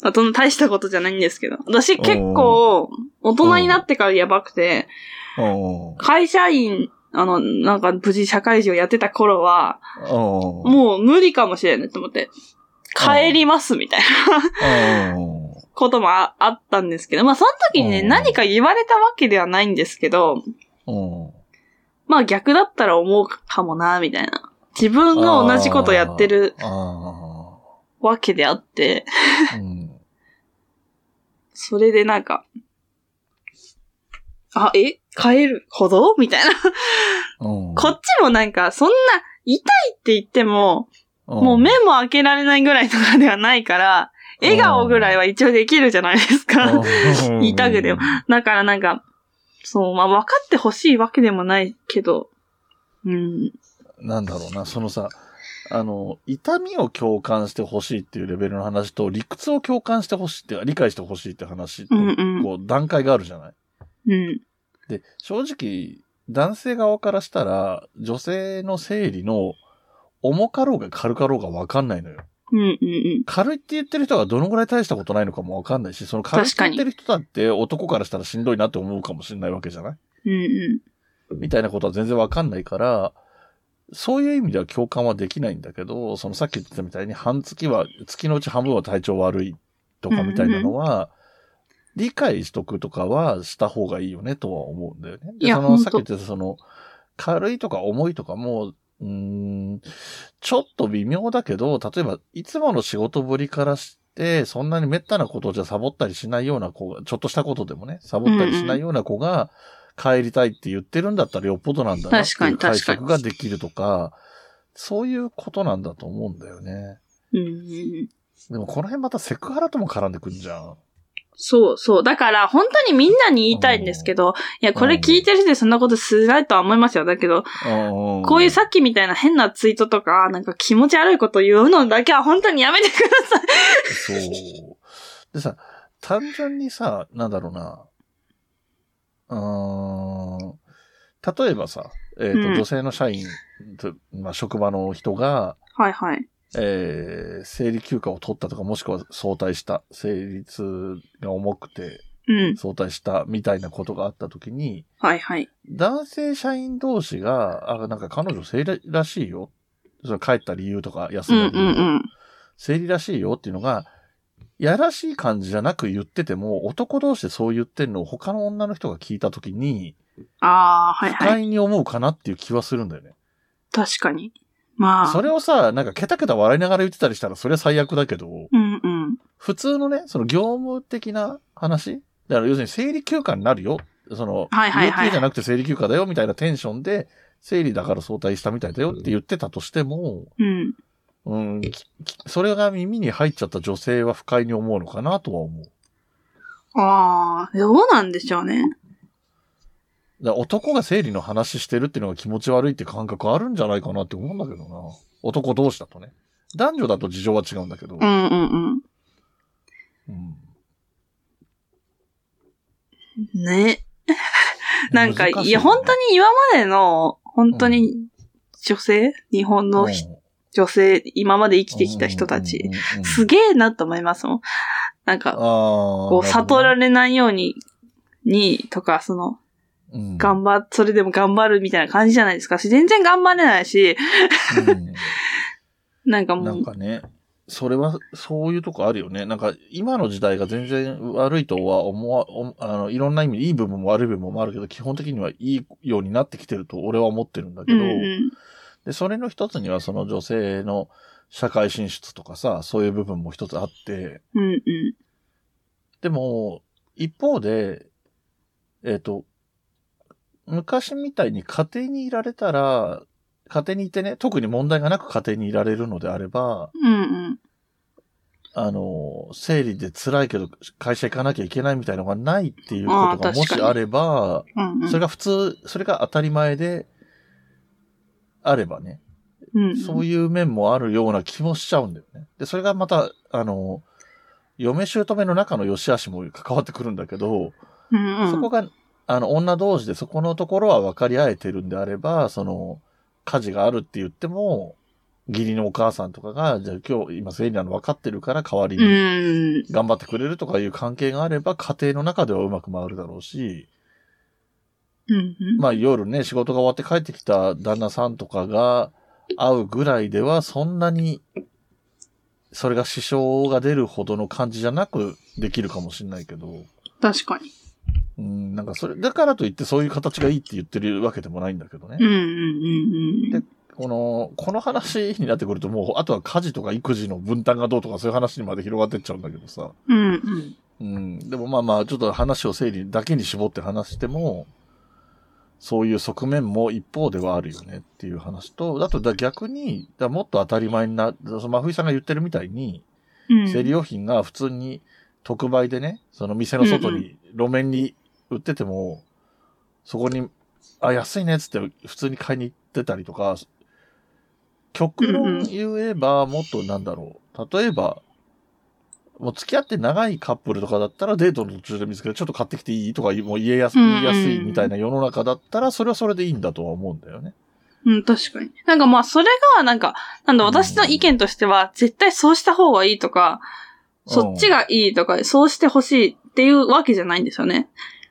[SPEAKER 1] まあ、そんな大したことじゃないんですけど。私結構、大人になってからやばくて、
[SPEAKER 4] うん。
[SPEAKER 1] 会社員、あの、なんか無事社会人をやってた頃は、
[SPEAKER 4] うん。
[SPEAKER 1] もう無理かもしれないと思って、帰りますみたいな
[SPEAKER 4] うん
[SPEAKER 1] こともああったんですけど、まあその時にね、
[SPEAKER 4] うん
[SPEAKER 1] 何か言われたわけではないんですけど、
[SPEAKER 4] うん。
[SPEAKER 1] まあ逆だったら思うかもな、みたいな。自分が同じことやってる
[SPEAKER 4] あ
[SPEAKER 1] わけであって、
[SPEAKER 4] あ。うん。
[SPEAKER 1] それでなんか、あ、え帰るほどみたいな。
[SPEAKER 4] うん
[SPEAKER 1] こっちもなんか、そんな、痛いって言っても、もう目も開けられないぐらいとかではないから、笑顔ぐらいは一応できるじゃないですか。
[SPEAKER 4] うん
[SPEAKER 1] 痛くてもだからなんか、そう、まあ分かってほしいわけでもないけど、うん。
[SPEAKER 4] なんだろうな、そのさ、あの、痛みを共感してほしいっていうレベルの話と、理屈を共感してほしいって、理解してほしいって話と、
[SPEAKER 1] うんうん
[SPEAKER 4] こう、段階があるじゃない。
[SPEAKER 1] うん。
[SPEAKER 4] で、正直、男性側からしたら、女性の生理の、重かろうが軽かろうがわかんないのよ。
[SPEAKER 1] うんうんうん。
[SPEAKER 4] 軽いって言ってる人がどのぐらい大したことないのかもわかんないし、その軽いって言ってる人だって男からしたらしんどいなって思うかもしれないわけじゃない
[SPEAKER 1] うんうん。
[SPEAKER 4] みたいなことは全然わかんないから、そういう意味では共感はできないんだけど、そのさっき言ってたみたいに半月は、月のうち半分は体調悪いとかみたいなのは、理解しとくとかはした方がいいよねとは思うんだよね。
[SPEAKER 1] い
[SPEAKER 4] で、
[SPEAKER 1] や
[SPEAKER 4] そ
[SPEAKER 1] ほん
[SPEAKER 4] の
[SPEAKER 1] と
[SPEAKER 4] さっき言ってたその、軽いとか重いとかも、うーん、ちょっと微妙だけど、例えば、いつもの仕事ぶりからして、そんなに滅多なことじゃサボったりしないような子が、ちょっとしたことでもね、サボったりしないような子が、帰りたいって言ってるんだったらよっぽどなんだなっていう
[SPEAKER 1] 確かに
[SPEAKER 4] 解
[SPEAKER 1] 確かに
[SPEAKER 4] 釈ができるとか、そういうことなんだと思うんだよね。
[SPEAKER 1] うんうんうん。
[SPEAKER 4] でもこの辺またセクハラとも絡んでくるじゃん。
[SPEAKER 1] そうそう。だから、本当にみんなに言いたいんですけど、いや、これ聞いてる人でそんなことしないとは思いますよ。だけど、 こ
[SPEAKER 4] こ
[SPEAKER 1] ういうさっきみたいな変なツイートとか、なんか気持ち悪いこと言うのだけは本当にやめてください。
[SPEAKER 4] そう。でさ、単純にさ、なんだろうな。うーん。例えばさ、えっ、と、
[SPEAKER 1] うん
[SPEAKER 4] 女性の社員と、まあ、職場の人が、
[SPEAKER 1] はいはい。
[SPEAKER 4] えー生理休暇を取ったとか、もしくは早退した、生理痛が重くて
[SPEAKER 1] うん。
[SPEAKER 4] 早退したみたいなことがあった時に、
[SPEAKER 1] はいはい。
[SPEAKER 4] 男性社員同士が、あ、なんか彼女生理らしいよ。その帰った理由とか休
[SPEAKER 1] うんん
[SPEAKER 4] だ
[SPEAKER 1] う
[SPEAKER 4] 理由とか
[SPEAKER 1] ん
[SPEAKER 4] 生理らしいよっていうのが、やらしい感じじゃなく言ってても、男同士でそう言ってんのを他の女の人が聞いたときに、
[SPEAKER 1] うん。ああ、はい
[SPEAKER 4] 不
[SPEAKER 1] はい。
[SPEAKER 4] 快に思うかなっていう気はするんだよね。
[SPEAKER 1] 確かに。まあ。
[SPEAKER 4] それをさ、なんかケタケタ笑いながら言ってたりしたら、それは最悪だけど、
[SPEAKER 1] うんうん。
[SPEAKER 4] 普通のね、その業務的な話だから要するに生理休暇になるよ。その、
[SPEAKER 1] はいはいはい
[SPEAKER 4] 有給じゃなくて生理休暇だよみたいなテンションで、生理だから早退したみたいだよって言ってたとしても、
[SPEAKER 1] うん。
[SPEAKER 4] うん、ききそれが耳に入っちゃった女性は不快に思うのかなとは思う。
[SPEAKER 1] ああ、どうなんでしょうね。
[SPEAKER 4] だから男が生理の話してるっていうのが気持ち悪いって感覚あるんじゃないかなって思うんだけどな。男同士だとね。男女だと事情は違うんだけど。
[SPEAKER 1] うんうん
[SPEAKER 4] うん
[SPEAKER 1] うん。ね。なんか、
[SPEAKER 4] 難
[SPEAKER 1] い
[SPEAKER 4] しよね
[SPEAKER 1] や、本当に今までの、本当に女性、日本のひ女性、今まで生きてきた人た
[SPEAKER 4] うん
[SPEAKER 1] ち、
[SPEAKER 4] うんうんうん
[SPEAKER 1] すげえなと思いますもん。なんか、
[SPEAKER 4] あ
[SPEAKER 1] こう、悟ら
[SPEAKER 4] れ、
[SPEAKER 1] れないように、に、とか、その、
[SPEAKER 4] うん
[SPEAKER 1] 頑張っ、それでも頑張るみたいな感じじゃないですか。全然頑張れないし、なんか
[SPEAKER 4] うんな
[SPEAKER 1] も
[SPEAKER 4] ん
[SPEAKER 1] う、
[SPEAKER 4] かね、それは、そういうとこあるよね。なんか、今の時代が全然悪いとは思わ、おあの、いろんな意味でいい部分も悪い部分もあるけど、基本的にはいいようになってきてると俺は思ってるんだけ
[SPEAKER 1] うん
[SPEAKER 4] ど、
[SPEAKER 1] うん。
[SPEAKER 4] で、それの一つにはその女性の社会進出とかさ、そういう部分も一つあって、
[SPEAKER 1] うんうん。
[SPEAKER 4] でも、一方で、えっ、と、昔みたいに家庭にいられたら、家庭にいてね、特に問題がなく家庭にいられるのであれば、
[SPEAKER 1] うんうん。
[SPEAKER 4] あの、生理で辛いけど会社行かなきゃいけないみたいなのがないっていうこと
[SPEAKER 1] あー
[SPEAKER 4] がも
[SPEAKER 1] 確か
[SPEAKER 4] し
[SPEAKER 1] に
[SPEAKER 4] あれば、
[SPEAKER 1] うんうん。
[SPEAKER 4] それが普通、それが当たり前で、あればね、
[SPEAKER 1] うん、
[SPEAKER 4] そう
[SPEAKER 1] い
[SPEAKER 4] いう面もあるような気もしちゃうんだよね。で、それがまた、あの、嫁姑の中の良し悪しも関わってくるんだけど、
[SPEAKER 1] うん、うん、
[SPEAKER 4] そこが、あの、女同士でそこのところは分かり合えてるんであれば、その、家事があるって言っても、義理のお母さんとかが、じゃあ今日、今、生理なの分かってるから代わり
[SPEAKER 1] う
[SPEAKER 4] に
[SPEAKER 1] ん。
[SPEAKER 4] 頑張ってくれるとかいう関係があれば、家庭の中ではうまく回るだろうし、
[SPEAKER 1] うんうん。
[SPEAKER 4] まあ夜ね、仕事が終わって帰ってきた旦那さんとかが会うぐらいでは、そんなに、それが支障が出るほどの感じじゃなくできるかもしれないけど、
[SPEAKER 1] 確かに。
[SPEAKER 4] うん、なんかそれ、だからといってそういう形がいいって言ってるわけでもないんだけどね
[SPEAKER 1] う。んうんうんうん。
[SPEAKER 4] この、この話になってくるともう、あとは家事とか育児の分担がどうとかそういう話にまで広がってっちゃうんだけどさ。
[SPEAKER 1] うんうん。
[SPEAKER 4] うん、でもまあまあ、ちょっと話を整理だけに絞って話しても、そういう側面も一方ではあるよねっていう話と、あとだ逆に、だもっと当たり前にな、その真冬さんが言ってるみたいに、
[SPEAKER 1] うん。
[SPEAKER 4] 生理用品が普通に特売でね、その店の外に、路面に売ってても、そこに、あ、安いねっつって普通に買いに行ってたりとか、極論言えばもっとなんだろう。例えば、もう付き合って長いカップルとかだったらデートの途中で見つけてちょっと買ってきていいとかもう言えやす
[SPEAKER 1] うんうんうん
[SPEAKER 4] 言いやすいみたいな世の中だったらそれはそれでいいんだとは思うんだよね。
[SPEAKER 1] うん、確かに。なんかまあ、それが、なんか、なんだ、
[SPEAKER 4] うん
[SPEAKER 1] 私の意見としては、絶対そうした方がいいとか、そっちがいいとか、そうしてほしいっていうわけじゃないんですよね。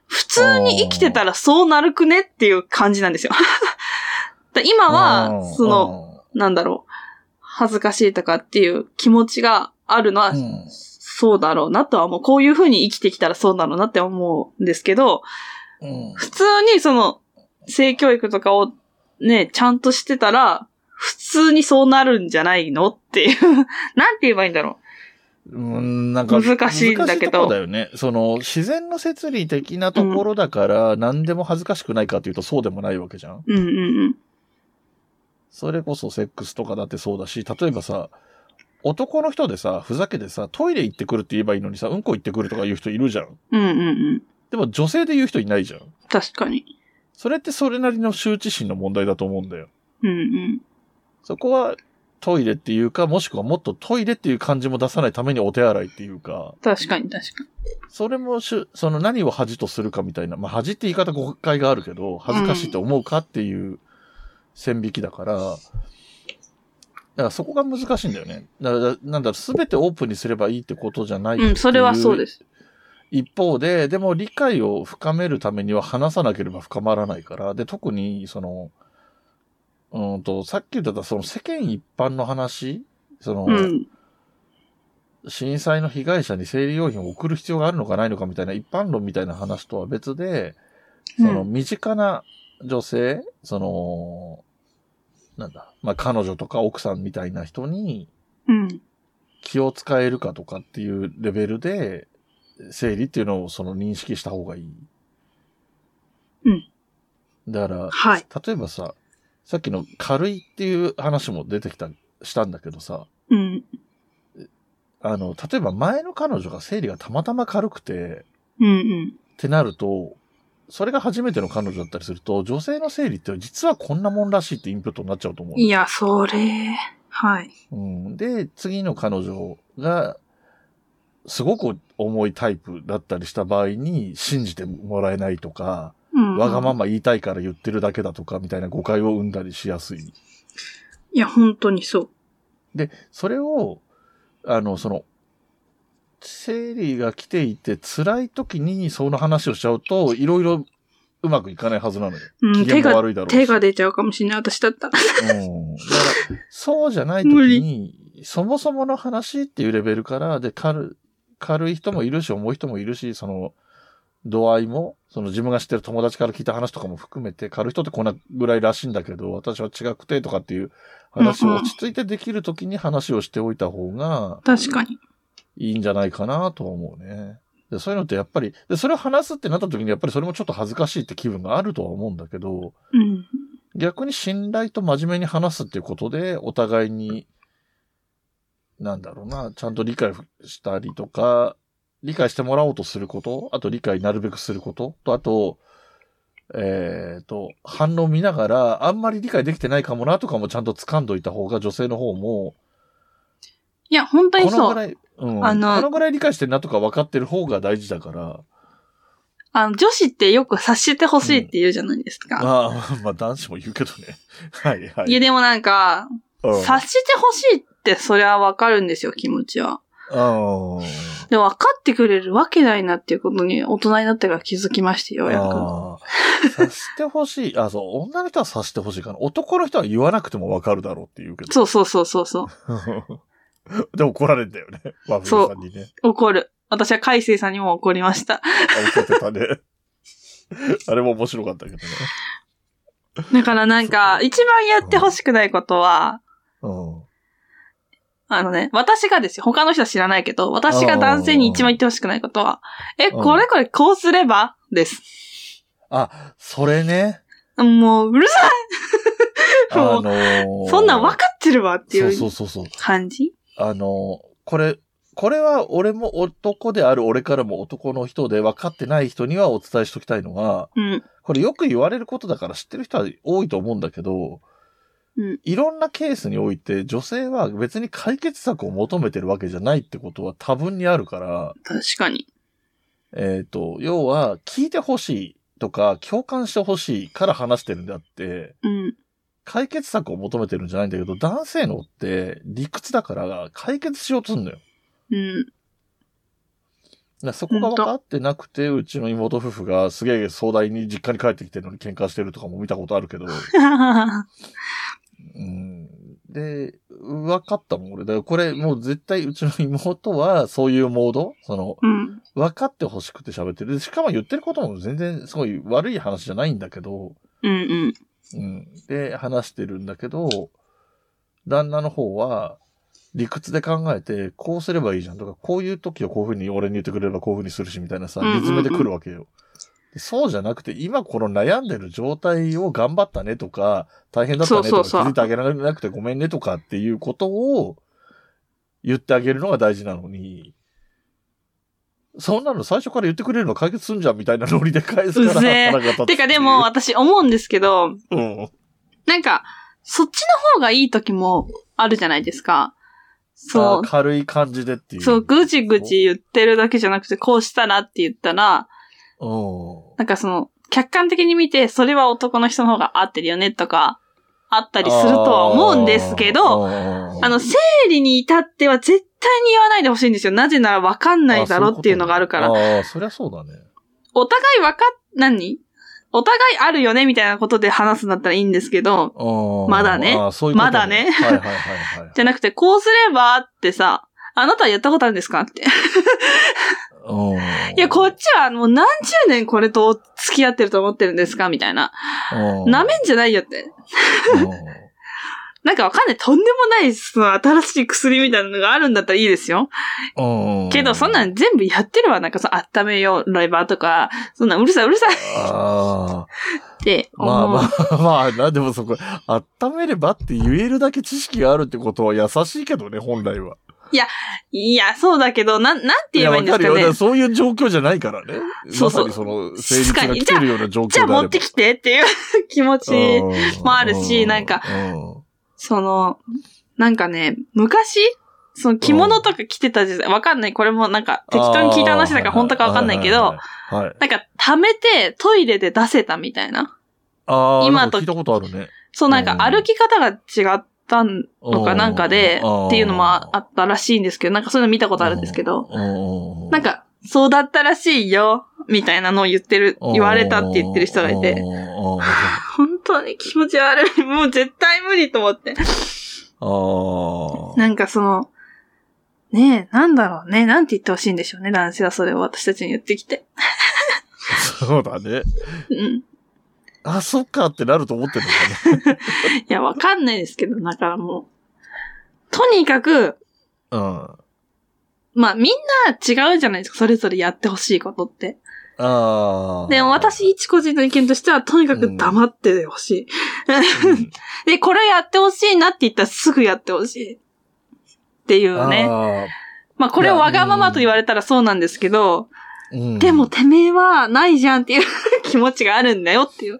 [SPEAKER 1] 普通に生きてたらそうなるくねっていう感じなんですよ。 だ今は、
[SPEAKER 4] うん
[SPEAKER 1] その、、なんだろう、恥ずかしいとかっていう気持ちがあるのは
[SPEAKER 4] うん、うん
[SPEAKER 1] そうだろうなとは思う。こういう風に生きてきたらそうだろうなって思うんですけど、
[SPEAKER 4] うん
[SPEAKER 1] 普通にその、性教育とかをね、ちゃんとしてたら、普通にそうなるんじゃないのっていう。 なんて言えばいいんだろ
[SPEAKER 4] うーんなんか
[SPEAKER 1] 難しいんだけど
[SPEAKER 4] 難しいとこだよね。その、自然の摂理的なところだから、何でも恥ずかしくないかっていうとそうでもないわけじゃん。
[SPEAKER 1] う。うんうん
[SPEAKER 4] それこそセックスとかだってそうだし、例えばさ、男の人でさ、ふざけてさ、トイレ行ってくるって言えばいいのにさ、うんこ行ってくるとか言う人いるじゃん。
[SPEAKER 1] うん。うんうんうん。
[SPEAKER 4] でも女性で言う人いないじゃん。
[SPEAKER 1] 確かに。
[SPEAKER 4] それってそれなりの羞恥心の問題だと思うんだよ。
[SPEAKER 1] うん
[SPEAKER 4] そこは、トイレっていうか、もしくはもっとトイレっていう感じも出さないためにお手洗いっていうか、
[SPEAKER 1] うん。確かに確かに。
[SPEAKER 4] それもしゅ、その何を恥とするかみたいな、まあ恥って言い方誤解があるけど、恥ずかしいと思うかっていう線引きだから、だからそこが難しいんだよね。だから、なんだろう、すべてオープンにすればいいってことじゃないってい。
[SPEAKER 1] うん、それはそうですす。
[SPEAKER 4] 一方で、でも理解を深めるためには話さなければ深まらないから、で、特に、その、うーんと、さっき言ってた、その世間一般の話、その、
[SPEAKER 1] うん。
[SPEAKER 4] 震災の被害者に生理用品を送る必要があるのかないのかみたいな一般論みたいな話とは別で、その
[SPEAKER 1] うん
[SPEAKER 4] 身近な女性、その、なんだ、まあ、彼女とか奥さんみたいな人に
[SPEAKER 1] うん。
[SPEAKER 4] 気を使えるかとかっていうレベルで、生理っていうのをその認識した方がいい。
[SPEAKER 1] うん。
[SPEAKER 4] だから、
[SPEAKER 1] はい。
[SPEAKER 4] 例えばさ、さっきの軽いっていう話も出てきた、したんだけどさ、
[SPEAKER 1] うん。
[SPEAKER 4] あの、例えば前の彼女が生理がたまたま軽くて、
[SPEAKER 1] うんうん。
[SPEAKER 4] ってなると、それが初めての彼女だったりすると、女性の生理って実はこんなもんらしいってインプットになっちゃうと思う。
[SPEAKER 1] いや、それ。はい。
[SPEAKER 4] うん、で、次の彼女が、すごく重いタイプだったりした場合に、信じてもらえないとか、
[SPEAKER 1] うんうん
[SPEAKER 4] わがまま言いたいから言ってるだけだとか、みたいな誤解を生んだりしやすい。
[SPEAKER 1] いや、本当にそう。
[SPEAKER 4] で、それを、あの、その、生理が来ていて辛い時にその話をしちゃうと、いろいろうまくいかないはずなのよ。
[SPEAKER 1] うん、
[SPEAKER 4] 機
[SPEAKER 1] 手
[SPEAKER 4] 嫌も
[SPEAKER 1] が、
[SPEAKER 4] 悪いだろうし
[SPEAKER 1] 手が出ちゃうかもしれない、私だったら。
[SPEAKER 4] うんだから、そうじゃない時
[SPEAKER 1] 無
[SPEAKER 4] に、そもそもの話っていうレベルから、で、軽、軽い人もいるし、重い人もいるし、その、度合いも、その自分が知ってる友達から聞いた話とかも含めて、軽い人ってこんなぐらいらしいんだけど、私は違くてとかっていう話
[SPEAKER 1] うん
[SPEAKER 4] を
[SPEAKER 1] うん
[SPEAKER 4] 落ち着いてできる時に話をしておいた方が
[SPEAKER 1] 確かに。
[SPEAKER 4] いいんじゃないかなとは思うね。でそういうのってやっぱり、で、それを話すってなった時にやっぱりそれもちょっと恥ずかしいって気分があるとは思うんだけど、
[SPEAKER 1] うん。
[SPEAKER 4] 逆に信頼と真面目に話すっていうことで、お互いになんだろうな、ちゃんと理解したりとか、理解してもらおうとすること、あと理解なるべくすること、と、あと、えっ、と、反応見ながら、あんまり理解できてないかもなとかもちゃんと掴んどいた方が女性の方も、
[SPEAKER 1] いや、本当に
[SPEAKER 4] この
[SPEAKER 1] そ
[SPEAKER 4] ぐ
[SPEAKER 1] う。
[SPEAKER 4] らい、うん、
[SPEAKER 1] あの
[SPEAKER 4] このぐらい理解してるなとか分かってる方が大事だから、
[SPEAKER 1] あの、女子ってよく察してほしいって言うじゃないですか。
[SPEAKER 4] まあ、 まあ男子も言うけどね。 はいはい。
[SPEAKER 1] いや、でもなんか、
[SPEAKER 4] うん
[SPEAKER 1] 察してほしいってそりゃわかるんですよ、気持ちは。
[SPEAKER 4] うん
[SPEAKER 1] で、分かってくれるわけないなっていうことに大人になってから気づきまして、ようやく。
[SPEAKER 4] あー察してほしい。あ、そう、女の人は察してほしいかな。男の人は言わなくても分かるだろうって言うけど。
[SPEAKER 1] そうそうそうそうそう。
[SPEAKER 4] で、怒られんだよね。和風さんにね。
[SPEAKER 1] 怒る。私は海星さんにも怒りました。
[SPEAKER 4] あ怒ってたね。あれも面白かったけどね。
[SPEAKER 1] だからなんか、一番やってほしくないことは、
[SPEAKER 4] うん。
[SPEAKER 1] あのね、私がですよ。他の人は知らないけど、私が男性に一番言ってほしくないことは、え、
[SPEAKER 4] うん
[SPEAKER 1] これこれこうすればです。
[SPEAKER 4] あ、それね。
[SPEAKER 1] もう、うるさ
[SPEAKER 4] あ
[SPEAKER 1] もう
[SPEAKER 4] のー
[SPEAKER 1] いそんなん分かってるわってい
[SPEAKER 4] そううそうそうそう。
[SPEAKER 1] 感じ
[SPEAKER 4] あの、これ、これは俺も男である俺からも男の人で分かってない人にはお伝えしときたいのは、
[SPEAKER 1] うん。
[SPEAKER 4] これよく言われることだから知ってる人は多いと思うんだけど、
[SPEAKER 1] うん
[SPEAKER 4] いろんなケースにおいて女性は別に解決策を求めてるわけじゃないってことは多分にあるから、
[SPEAKER 1] 確かに。
[SPEAKER 4] えっ、と、要は聞いてほしいとか共感してほしいから話してるんであって、
[SPEAKER 1] うん。
[SPEAKER 4] 解決策を求めてるんじゃないんだけど、男性のって理屈だから解決しようとすんのよ。
[SPEAKER 1] うん。
[SPEAKER 4] なそこが分かってなくて、うちの妹夫婦がすげえ壮大に実家に帰ってきてるのに喧嘩してるとかも見たことあるけど、うん、で、分かったもん俺。だからこれもう絶対うちの妹はそういうモードその、
[SPEAKER 1] うん。
[SPEAKER 4] 分かってほしくて喋ってる。でしかも言ってることも全然すごい悪い話じゃないんだけど、
[SPEAKER 1] うんうん。
[SPEAKER 4] うん、で、話してるんだけど、旦那の方は、理屈で考えて、こうすればいいじゃんとか、こういう時はこういうふうに俺に言ってくれればこういうふうにするし、みたいなさ、
[SPEAKER 1] うんうんうん
[SPEAKER 4] リズムで来るわけよ。でそうじゃなくて、今この悩んでる状態を頑張ったねとか、大変だった
[SPEAKER 1] そ
[SPEAKER 4] ねと
[SPEAKER 1] うそうそう
[SPEAKER 4] か、気づいてあげられなくてごめんねとかっていうことを言ってあげるのが大事なのに、そんなの最初から言ってくれるの解決すんじゃんみたいなノリで返すから
[SPEAKER 1] うぜえ
[SPEAKER 4] が立つってい
[SPEAKER 1] か
[SPEAKER 4] う
[SPEAKER 1] でも、私思うんですけど、
[SPEAKER 4] うん。
[SPEAKER 1] なんか、そっちの方がいい時もあるじゃないですか。
[SPEAKER 4] あ
[SPEAKER 1] そ。
[SPEAKER 4] ー軽い感じでっていうう。
[SPEAKER 1] そう、ぐちぐち言ってるだけじゃなくて、こうしたらって言ったら、
[SPEAKER 4] うん。
[SPEAKER 1] なんかその、客観的に見て、それは男の人の方が合ってるよねとか、あったりするとは思うんですけど、
[SPEAKER 4] あー
[SPEAKER 1] あの、生理に至っては絶対に言わないでほしいんですよ。なぜならわかんないだろっていうのがあるから
[SPEAKER 4] あ。ーそういうことねあー、そりゃそうだね。
[SPEAKER 1] お互いわかっ、何お互いあるよねみたいなことで話すんだったらいいんですけど、
[SPEAKER 4] うん
[SPEAKER 1] まだね
[SPEAKER 4] あーそういうこと
[SPEAKER 1] まだね
[SPEAKER 4] はいはいはいはい。
[SPEAKER 1] じゃなくて、こうすればってさ、あなたはやったことあるんですかって。
[SPEAKER 4] うん
[SPEAKER 1] いや、こっちはもう何十年これと付き合ってると思ってるんですかみたいな。
[SPEAKER 4] うん
[SPEAKER 1] なめんじゃないよって。
[SPEAKER 4] うん
[SPEAKER 1] なんかわかんない。とんでもない、その新しい薬みたいなのがあるんだったらいいですよ。
[SPEAKER 4] うん
[SPEAKER 1] けど、そんなん全部やってるわ。なんかその温めよう、ライバーとか、そんなんうるさいうるさいっ
[SPEAKER 4] あ
[SPEAKER 1] て
[SPEAKER 4] あ。
[SPEAKER 1] 思う。
[SPEAKER 4] まあまあまあ、な、でもそこ、温めればって言えるだけ知識があるってことは優しいけどね、本来は。
[SPEAKER 1] いや、そうだけど、なん、なんて言えばいいんです
[SPEAKER 4] や
[SPEAKER 1] か
[SPEAKER 4] わかるよ。だ
[SPEAKER 1] ね
[SPEAKER 4] ら。そういう状況じゃないからね。
[SPEAKER 1] そうそう
[SPEAKER 4] まさにその、生理痛が来てるような状況
[SPEAKER 1] じ
[SPEAKER 4] で
[SPEAKER 1] ゃ
[SPEAKER 4] あ
[SPEAKER 1] あ
[SPEAKER 4] れば
[SPEAKER 1] 持ってきてっていう 気持ち。もあるし
[SPEAKER 4] うん
[SPEAKER 1] なんか、
[SPEAKER 4] うん
[SPEAKER 1] その、なんかね、昔、その着物とか着てた時代、わかんない。これもなんか適当に聞いた話だから本当かわかんないけど、、
[SPEAKER 4] あーはいはいはいはいはい
[SPEAKER 1] なんか溜めてトイレで出せたみたいな。
[SPEAKER 4] あー
[SPEAKER 1] 今
[SPEAKER 4] なんか
[SPEAKER 1] と
[SPEAKER 4] 聞いたことあるね。
[SPEAKER 1] そうなんか
[SPEAKER 4] うん
[SPEAKER 1] 歩き方が違ったのかなんかで
[SPEAKER 4] うん、
[SPEAKER 1] っていうのもあったらしいんですけど、なんかそういうの見たことあるんですけど、なんか、そうだったらしいよ、みたいなのを言ってる、言われたって言ってる人がいて、
[SPEAKER 4] あ
[SPEAKER 1] 本当に気持ち悪い。もう絶対無理と思って。
[SPEAKER 4] あー。
[SPEAKER 1] なんかその、ねえ、なんだろうね。なんて言ってほしいんでしょうね。男性はそれを私たちに言ってきて。
[SPEAKER 4] そうだね。
[SPEAKER 1] うん。
[SPEAKER 4] あ、そっかってなると思ってるの
[SPEAKER 1] いや、わかんないですけど、だからもう。とにかく、
[SPEAKER 4] かね。うん。
[SPEAKER 1] まあみんな違うじゃないですか。それぞれやってほしいことって。
[SPEAKER 4] ああ。
[SPEAKER 1] でも私一個人の意見としては、とにかく黙ってほしい。
[SPEAKER 4] うん、
[SPEAKER 1] で、これやってほしいなって言ったらすぐやってほしい。っていう ね。まあこれをわがままと言われたらそうなんですけど、
[SPEAKER 4] あーうん
[SPEAKER 1] でもてめえはないじゃんっていう 気持ちがあるんだよっていう。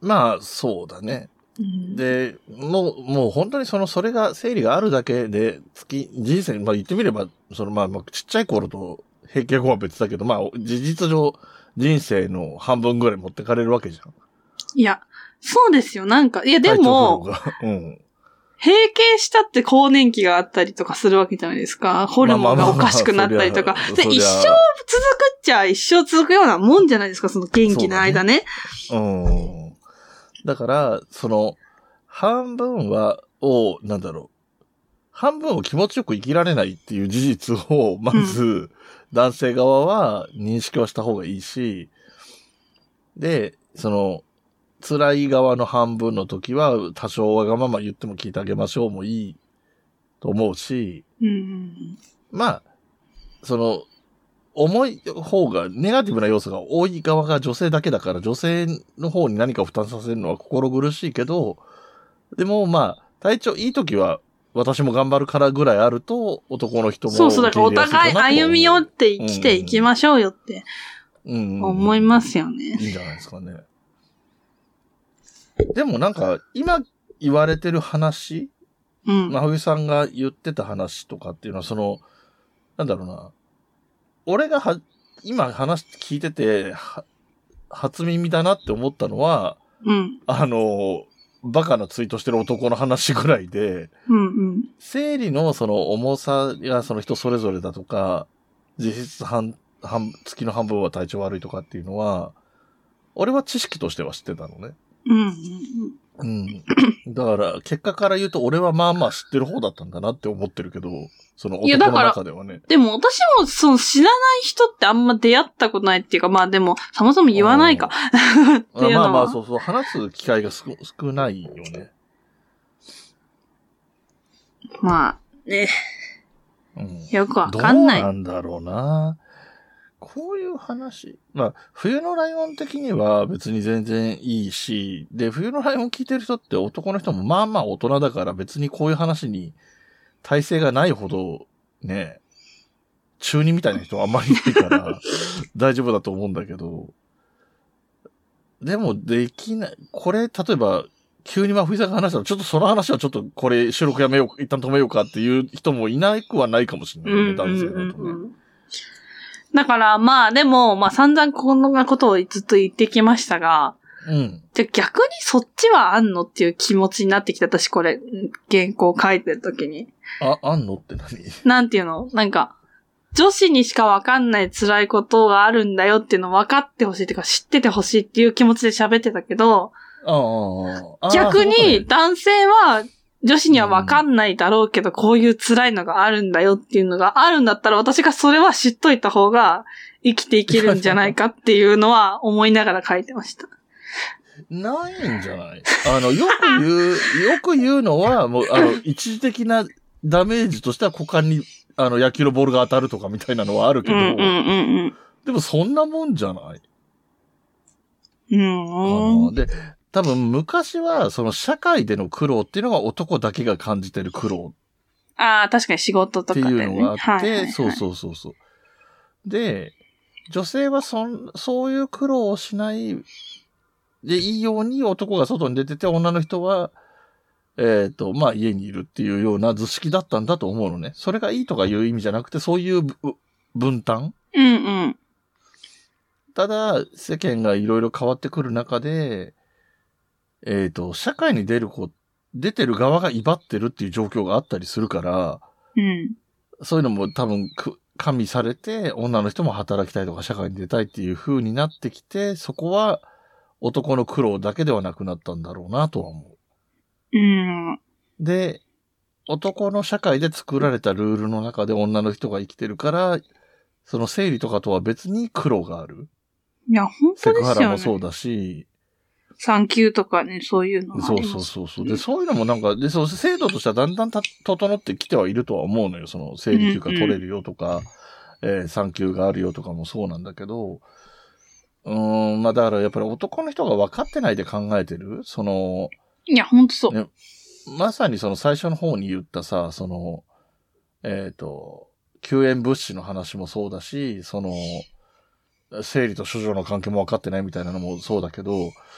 [SPEAKER 4] まあ、そうだね。
[SPEAKER 1] うん
[SPEAKER 4] で、もう、もう本当にその、それが、整理があるだけで、月、人生、まあ言ってみれば、その、まあ、まあちっちゃい頃と、平均後は別だけど、まあ、事実上、人生の半分ぐらい持ってかれるわけじゃん。
[SPEAKER 1] いや、そうですよ。なんか、いやで
[SPEAKER 4] 体調不
[SPEAKER 1] も、
[SPEAKER 4] 良が、うん。
[SPEAKER 1] 閉経したって更年期があったりとかするわけじゃないですか。ホルモンがおかしくなったりとか
[SPEAKER 4] まあまあまあ。まあ
[SPEAKER 1] で
[SPEAKER 4] そり
[SPEAKER 1] 一
[SPEAKER 4] ゃ
[SPEAKER 1] 生続くっちゃ一生続くようなもんじゃないですか、その元気な間ね。
[SPEAKER 4] うん。だから、その、半分は、を、なんだろう。半分を気持ちよく生きられないっていう事実を、まず、男性側は認識をした方がいいし、で、その、辛い側の半分の時は、多少わがまま言っても聞いてあげましょうもいいと思うし、
[SPEAKER 1] うん。
[SPEAKER 4] まあ、その、重い方が、ネガティブな要素が多い側が女性だけだから、女性の方に何か負担させるのは心苦しいけど、でもまあ、体調いい時は、私も頑張るからぐらいあると、男の人も
[SPEAKER 1] そうそう、だからお
[SPEAKER 4] 受け入
[SPEAKER 1] 互い
[SPEAKER 4] れやすいかなと
[SPEAKER 1] 歩み寄って生きていきましょうよって
[SPEAKER 4] うん
[SPEAKER 1] 思いますよね。
[SPEAKER 4] いいんじゃないですかね。でもなんか、今言われてる話
[SPEAKER 1] うん。
[SPEAKER 4] まふさんが言ってた話とかっていうのは、その、なんだろうな。俺がは、今話聞いてて、は初耳だなって思ったのは、
[SPEAKER 1] うん。
[SPEAKER 4] あの、バカなツイートしてる男の話ぐらいで、
[SPEAKER 1] うんうん。
[SPEAKER 4] 生理のその重さがその人それぞれだとか、実質半、半、月の半分は体調悪いとかっていうのは、俺は知識としては知ってたのね。
[SPEAKER 1] うんうん
[SPEAKER 4] うん。だから、結果から言うと、俺はまあまあ知ってる方だったんだなって思ってるけど、その
[SPEAKER 1] いやだ
[SPEAKER 4] 男の
[SPEAKER 1] から
[SPEAKER 4] 中ではね。
[SPEAKER 1] でも私もその知らない人ってあんま出会ったことないっていうか、まあでも、そもそも言わないか。っていうの
[SPEAKER 4] ま
[SPEAKER 1] は
[SPEAKER 4] あまあ、そうそう、話す機会が少少ないよね。
[SPEAKER 1] まあ、ね、
[SPEAKER 4] うん。
[SPEAKER 1] よくわかんない。
[SPEAKER 4] どうなんだろうな。こういう話。まあ、冬のライオン的には別に全然いいし、で、冬のライオン聞いてる人って男の人もまあまあ大人だから別にこういう話に耐性がないほど、ね、中二みたいな人はあんまりいないから 大丈夫だと思うんだけど、でもできない、これ、例えば、急に真冬さんが話したら、ちょっとその話はちょっとこれ収録やめよう、一旦止めようかっていう人もいなくはないかもしれないよね、男性だとね。
[SPEAKER 1] だから、まあでも、まあ散々こんなことをずっと言ってきましたが、
[SPEAKER 4] うん。
[SPEAKER 1] じゃあ逆にそっちはあんのっていう気持ちになってきた、私これ、原稿書いてるときに。
[SPEAKER 4] あ、あんのって何
[SPEAKER 1] なんていうのなんか、女子にしかわかんない辛いことがあるんだよっていうの分かってほしいっていうか知っててほしいっていう気持ちで喋ってたけど、
[SPEAKER 4] ああ。
[SPEAKER 1] 逆に
[SPEAKER 4] だ
[SPEAKER 1] 男性は女子にはわかんないだろうけど、こういう辛いのがあるんだよっていうのがあるんだったら、私がそれは知っといた方が生きていけるんじゃないかっていうのは思いながら書いてました。
[SPEAKER 4] ないんじゃないあの、よく言う、よく言うのは、もう、あの、一時的なダメージとしては股間に、あの、野球のボールが当たるとかみたいなのはあるけ
[SPEAKER 1] う
[SPEAKER 4] ど、
[SPEAKER 1] んうんうん
[SPEAKER 4] でもそんなもんじゃない
[SPEAKER 1] うん。
[SPEAKER 4] あ
[SPEAKER 1] う
[SPEAKER 4] の
[SPEAKER 1] ん。
[SPEAKER 4] で、多分昔は、その社会での苦労っていうのが男だけが感じてる苦労
[SPEAKER 1] ああ、確かに仕事
[SPEAKER 4] っ
[SPEAKER 1] と
[SPEAKER 4] て
[SPEAKER 1] か
[SPEAKER 4] い
[SPEAKER 1] でね。
[SPEAKER 4] うのがあっ
[SPEAKER 1] はいはいは
[SPEAKER 4] て、
[SPEAKER 1] い
[SPEAKER 4] そうそうそうそう。で、女性はそん、そういう苦労をしないでいいように男が外に出てて、女の人は、えっ、と、まあ家にいるっていうような図式だったんだと思うのね。それがいいとかいう意味じゃなくて、そういうぶ分担
[SPEAKER 1] うんうん。
[SPEAKER 4] ただ、世間がいろいろ変わってくる中で、えっ、と、社会に出る子、出てる側が威張ってるっていう状況があったりするから、
[SPEAKER 1] うん。
[SPEAKER 4] そういうのも多分く、加味されて、女の人も働きたいとか社会に出たいっていう風になってきて、そこは男の苦労だけではなくなったんだろうなとは思
[SPEAKER 1] うん。
[SPEAKER 4] う。で、男の社会で作られたルールの中で女の人が生きてるから、その生理とかとは別に苦労がある。
[SPEAKER 1] いや、本
[SPEAKER 4] セ
[SPEAKER 1] 当
[SPEAKER 4] ク
[SPEAKER 1] で
[SPEAKER 4] ハ
[SPEAKER 1] す
[SPEAKER 4] ラ
[SPEAKER 1] よ
[SPEAKER 4] もそう
[SPEAKER 1] ね。
[SPEAKER 4] だし、
[SPEAKER 1] 産休とかね、そういうのはあ
[SPEAKER 4] そう
[SPEAKER 1] ります
[SPEAKER 4] そうそうそう。で、そういうのもなんか、で、そう、制度としてはだんだんた整ってきてはいるとは思うのよ。その、生理休暇取れるよとか、えー産休があるよとかもそうなんだけど、うーん、まあだからやっぱり男の人が分かってないで考えてる、その、
[SPEAKER 1] いや、本当そう。
[SPEAKER 4] ねまさにその最初の方に言ったさ、その、えっ、と、救援物資の話もそうだし、その、生理と処女の関係も分かってないみたいなのもそうだけど、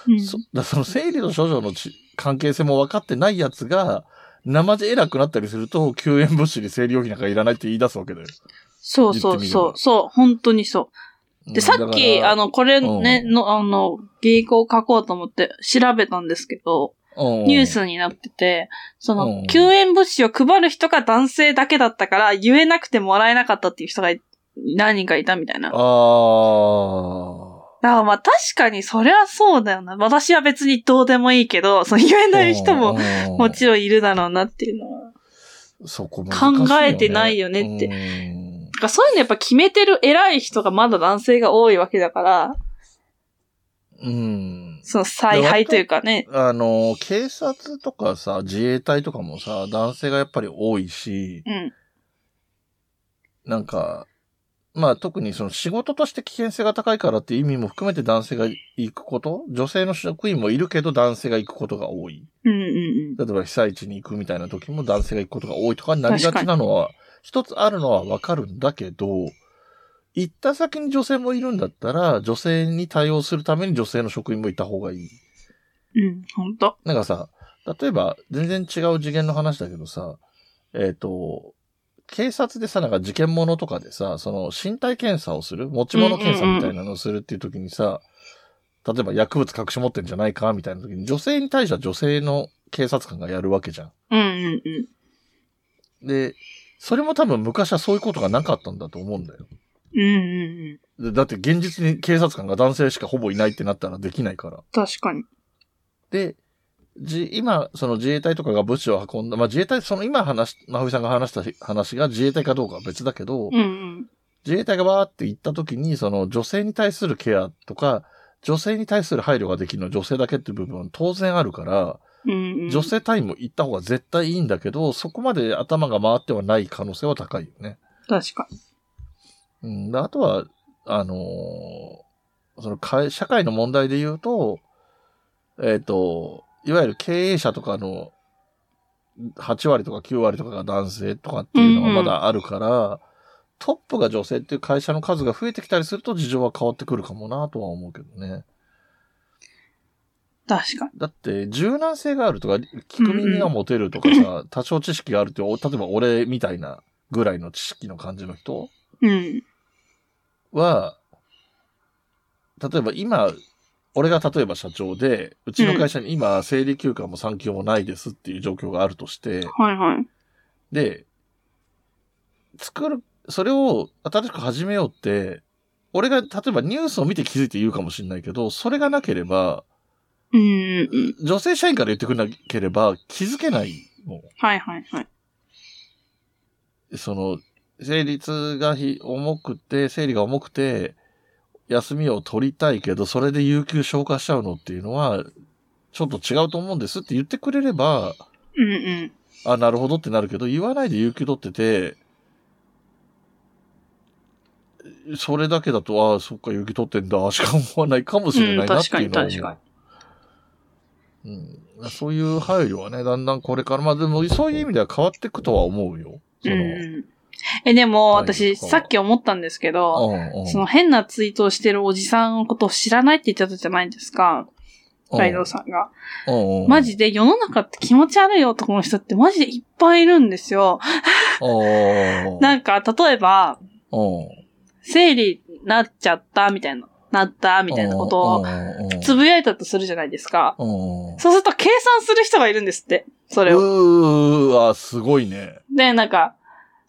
[SPEAKER 1] うん
[SPEAKER 4] そだその生理と処女のち関係性も分かってないやつが、生地偉くなったりすると、救援物資に生理用品なんかいらないって言い出すわけだよ。
[SPEAKER 1] そうそうそう、そう、本当にそう。
[SPEAKER 4] うん
[SPEAKER 1] で、さっき、
[SPEAKER 4] だから
[SPEAKER 1] あの、これね、の、あの、原稿を書こうと思って調べたんですけど、
[SPEAKER 4] うん
[SPEAKER 1] ニュースになってて、そうの
[SPEAKER 4] ん、
[SPEAKER 1] 救援物資を配る人が男性だけだったから、言えなくてもらえなかったっていう人がい何人かいたみたいな。だか
[SPEAKER 4] あ
[SPEAKER 1] らまあ確かにそりゃそうだよな。私は別にどうでもいいけど、その言え
[SPEAKER 4] あ。
[SPEAKER 1] ない人も
[SPEAKER 4] うん
[SPEAKER 1] もちろんいるだろうなっていうのは。
[SPEAKER 4] そこ難しいよね
[SPEAKER 1] 考えてないよねって
[SPEAKER 4] うん
[SPEAKER 1] だからそういうのやっぱ決めてる偉い人がまだ男性が多いわけだから、
[SPEAKER 4] うん。
[SPEAKER 1] その采配というかね。
[SPEAKER 4] あの、警察とかさ、自衛隊とかもさ、男性がやっぱり多いし、
[SPEAKER 1] うん。
[SPEAKER 4] なんか、まあ特にその仕事として危険性が高いからっていう意味も含めて男性が行くこと女性の職員もいるけど男性が行くことが多い。
[SPEAKER 1] うんうん
[SPEAKER 4] 例えば被災地に行くみたいな時も男性が行くことが多いとかになりがちなのは、一つあるのはわかるんだけど、行った先に女性もいるんだったら、女性に対応するために女性の職員もいた方がいい。
[SPEAKER 1] うん。うん、ほんと。
[SPEAKER 4] なんかさ、例えば、全然違う次元の話だけどさ、えっ、と、警察でさ、なんか事件物とかでさ、その身体検査をする、持ち物検査みたいなのをするっていう時にさ、例えば薬物隠し持ってんじゃないかみたいな時に、女性に対しては女性の警察官がやるわけじゃ
[SPEAKER 1] うんうんうん。
[SPEAKER 4] ん。で、それも多分昔はそういうことがなかったんだと思うんだよ。
[SPEAKER 1] うんうんうん。
[SPEAKER 4] でだって現実に警察官が男性しかほぼいないってなったらできないから。
[SPEAKER 1] 確かに。
[SPEAKER 4] で、じ、今、その自衛隊とかが物資を運んだ、まあ自衛隊、その今話し、まふみさんが話した話が自衛隊かどうかは別だけど、
[SPEAKER 1] うんうん。
[SPEAKER 4] 自衛隊がわーって行った時に、その女性に対するケアとか、女性に対する配慮ができるのは女性だけっていう部分は当然あるから、
[SPEAKER 1] うんうん、
[SPEAKER 4] 女性隊員も行った方が絶対いいんだけど、そこまで頭が回ってはない可能性は高いよね。
[SPEAKER 1] 確かに。
[SPEAKER 4] うん、であとは、あのーその会、社会の問題で言うと、えっ、と、いわゆる経営者とかの8割とか9割とかが男性とかっていうのがまだあるから、トップが女性っていう会社の数が増えてきたりすると事情は変わってくるかもなとは思うけどね。
[SPEAKER 1] 確かに。
[SPEAKER 4] だって、柔軟性があるとか、聞く耳が持てるとかさ、多少知識があるっていう、お例えば俺みたいなぐらいの知識の感じの人、
[SPEAKER 1] うん。
[SPEAKER 4] は、例えば今、俺が例えば社長で、うちの会社に今、生理休暇も産休もないですっていう状況があるとして、
[SPEAKER 1] はいはい。
[SPEAKER 4] で、作る、それを新しく始めようって、俺が例えばニュースを見て気づいて言うかもしれないけど、それがなければ、
[SPEAKER 1] うんうんうん。
[SPEAKER 4] 女性社員から言ってくれなければ気づけないもん。
[SPEAKER 1] はいはいはい。
[SPEAKER 4] その、生理痛がひ重くて、生理が重くて、休みを取りたいけど、それで有給消化しちゃうのっていうのは、ちょっと違うと思うんですって言ってくれれば、
[SPEAKER 1] うんうん。
[SPEAKER 4] あ、なるほどってなるけど、言わないで有給取ってて、それだけだと、ああ、そっか、有給取ってんだ、しか思わないかもしれないなっていうのは
[SPEAKER 1] うん確かに確か
[SPEAKER 4] うん、そういう配慮はね、だんだんこれから、まあでも、そういう意味では変わっていくとは思うよ。そ
[SPEAKER 1] うん
[SPEAKER 4] の、
[SPEAKER 1] うん、え、でも、
[SPEAKER 4] はい
[SPEAKER 1] 私、
[SPEAKER 4] そう
[SPEAKER 1] さっき思ったんですけど、
[SPEAKER 4] うんうん
[SPEAKER 1] その変なツイートをしてるおじさんのことを知らないって言ってたじゃないですか。ライドウさんが。
[SPEAKER 4] うんうん
[SPEAKER 1] マジで世の中って気持ち悪い男の人ってマジでいっぱいいるんですよ。
[SPEAKER 4] お
[SPEAKER 1] なんか、例えば、
[SPEAKER 4] お
[SPEAKER 1] 生理なっちゃったみたいな、なったみたいなことを
[SPEAKER 4] を
[SPEAKER 1] つぶやいたとするじゃないですか。
[SPEAKER 4] ぶ
[SPEAKER 1] そうすると計算する人がいるんですって。そ
[SPEAKER 4] そ
[SPEAKER 1] れを。
[SPEAKER 4] うーわ、すごいね。
[SPEAKER 1] で、なんか、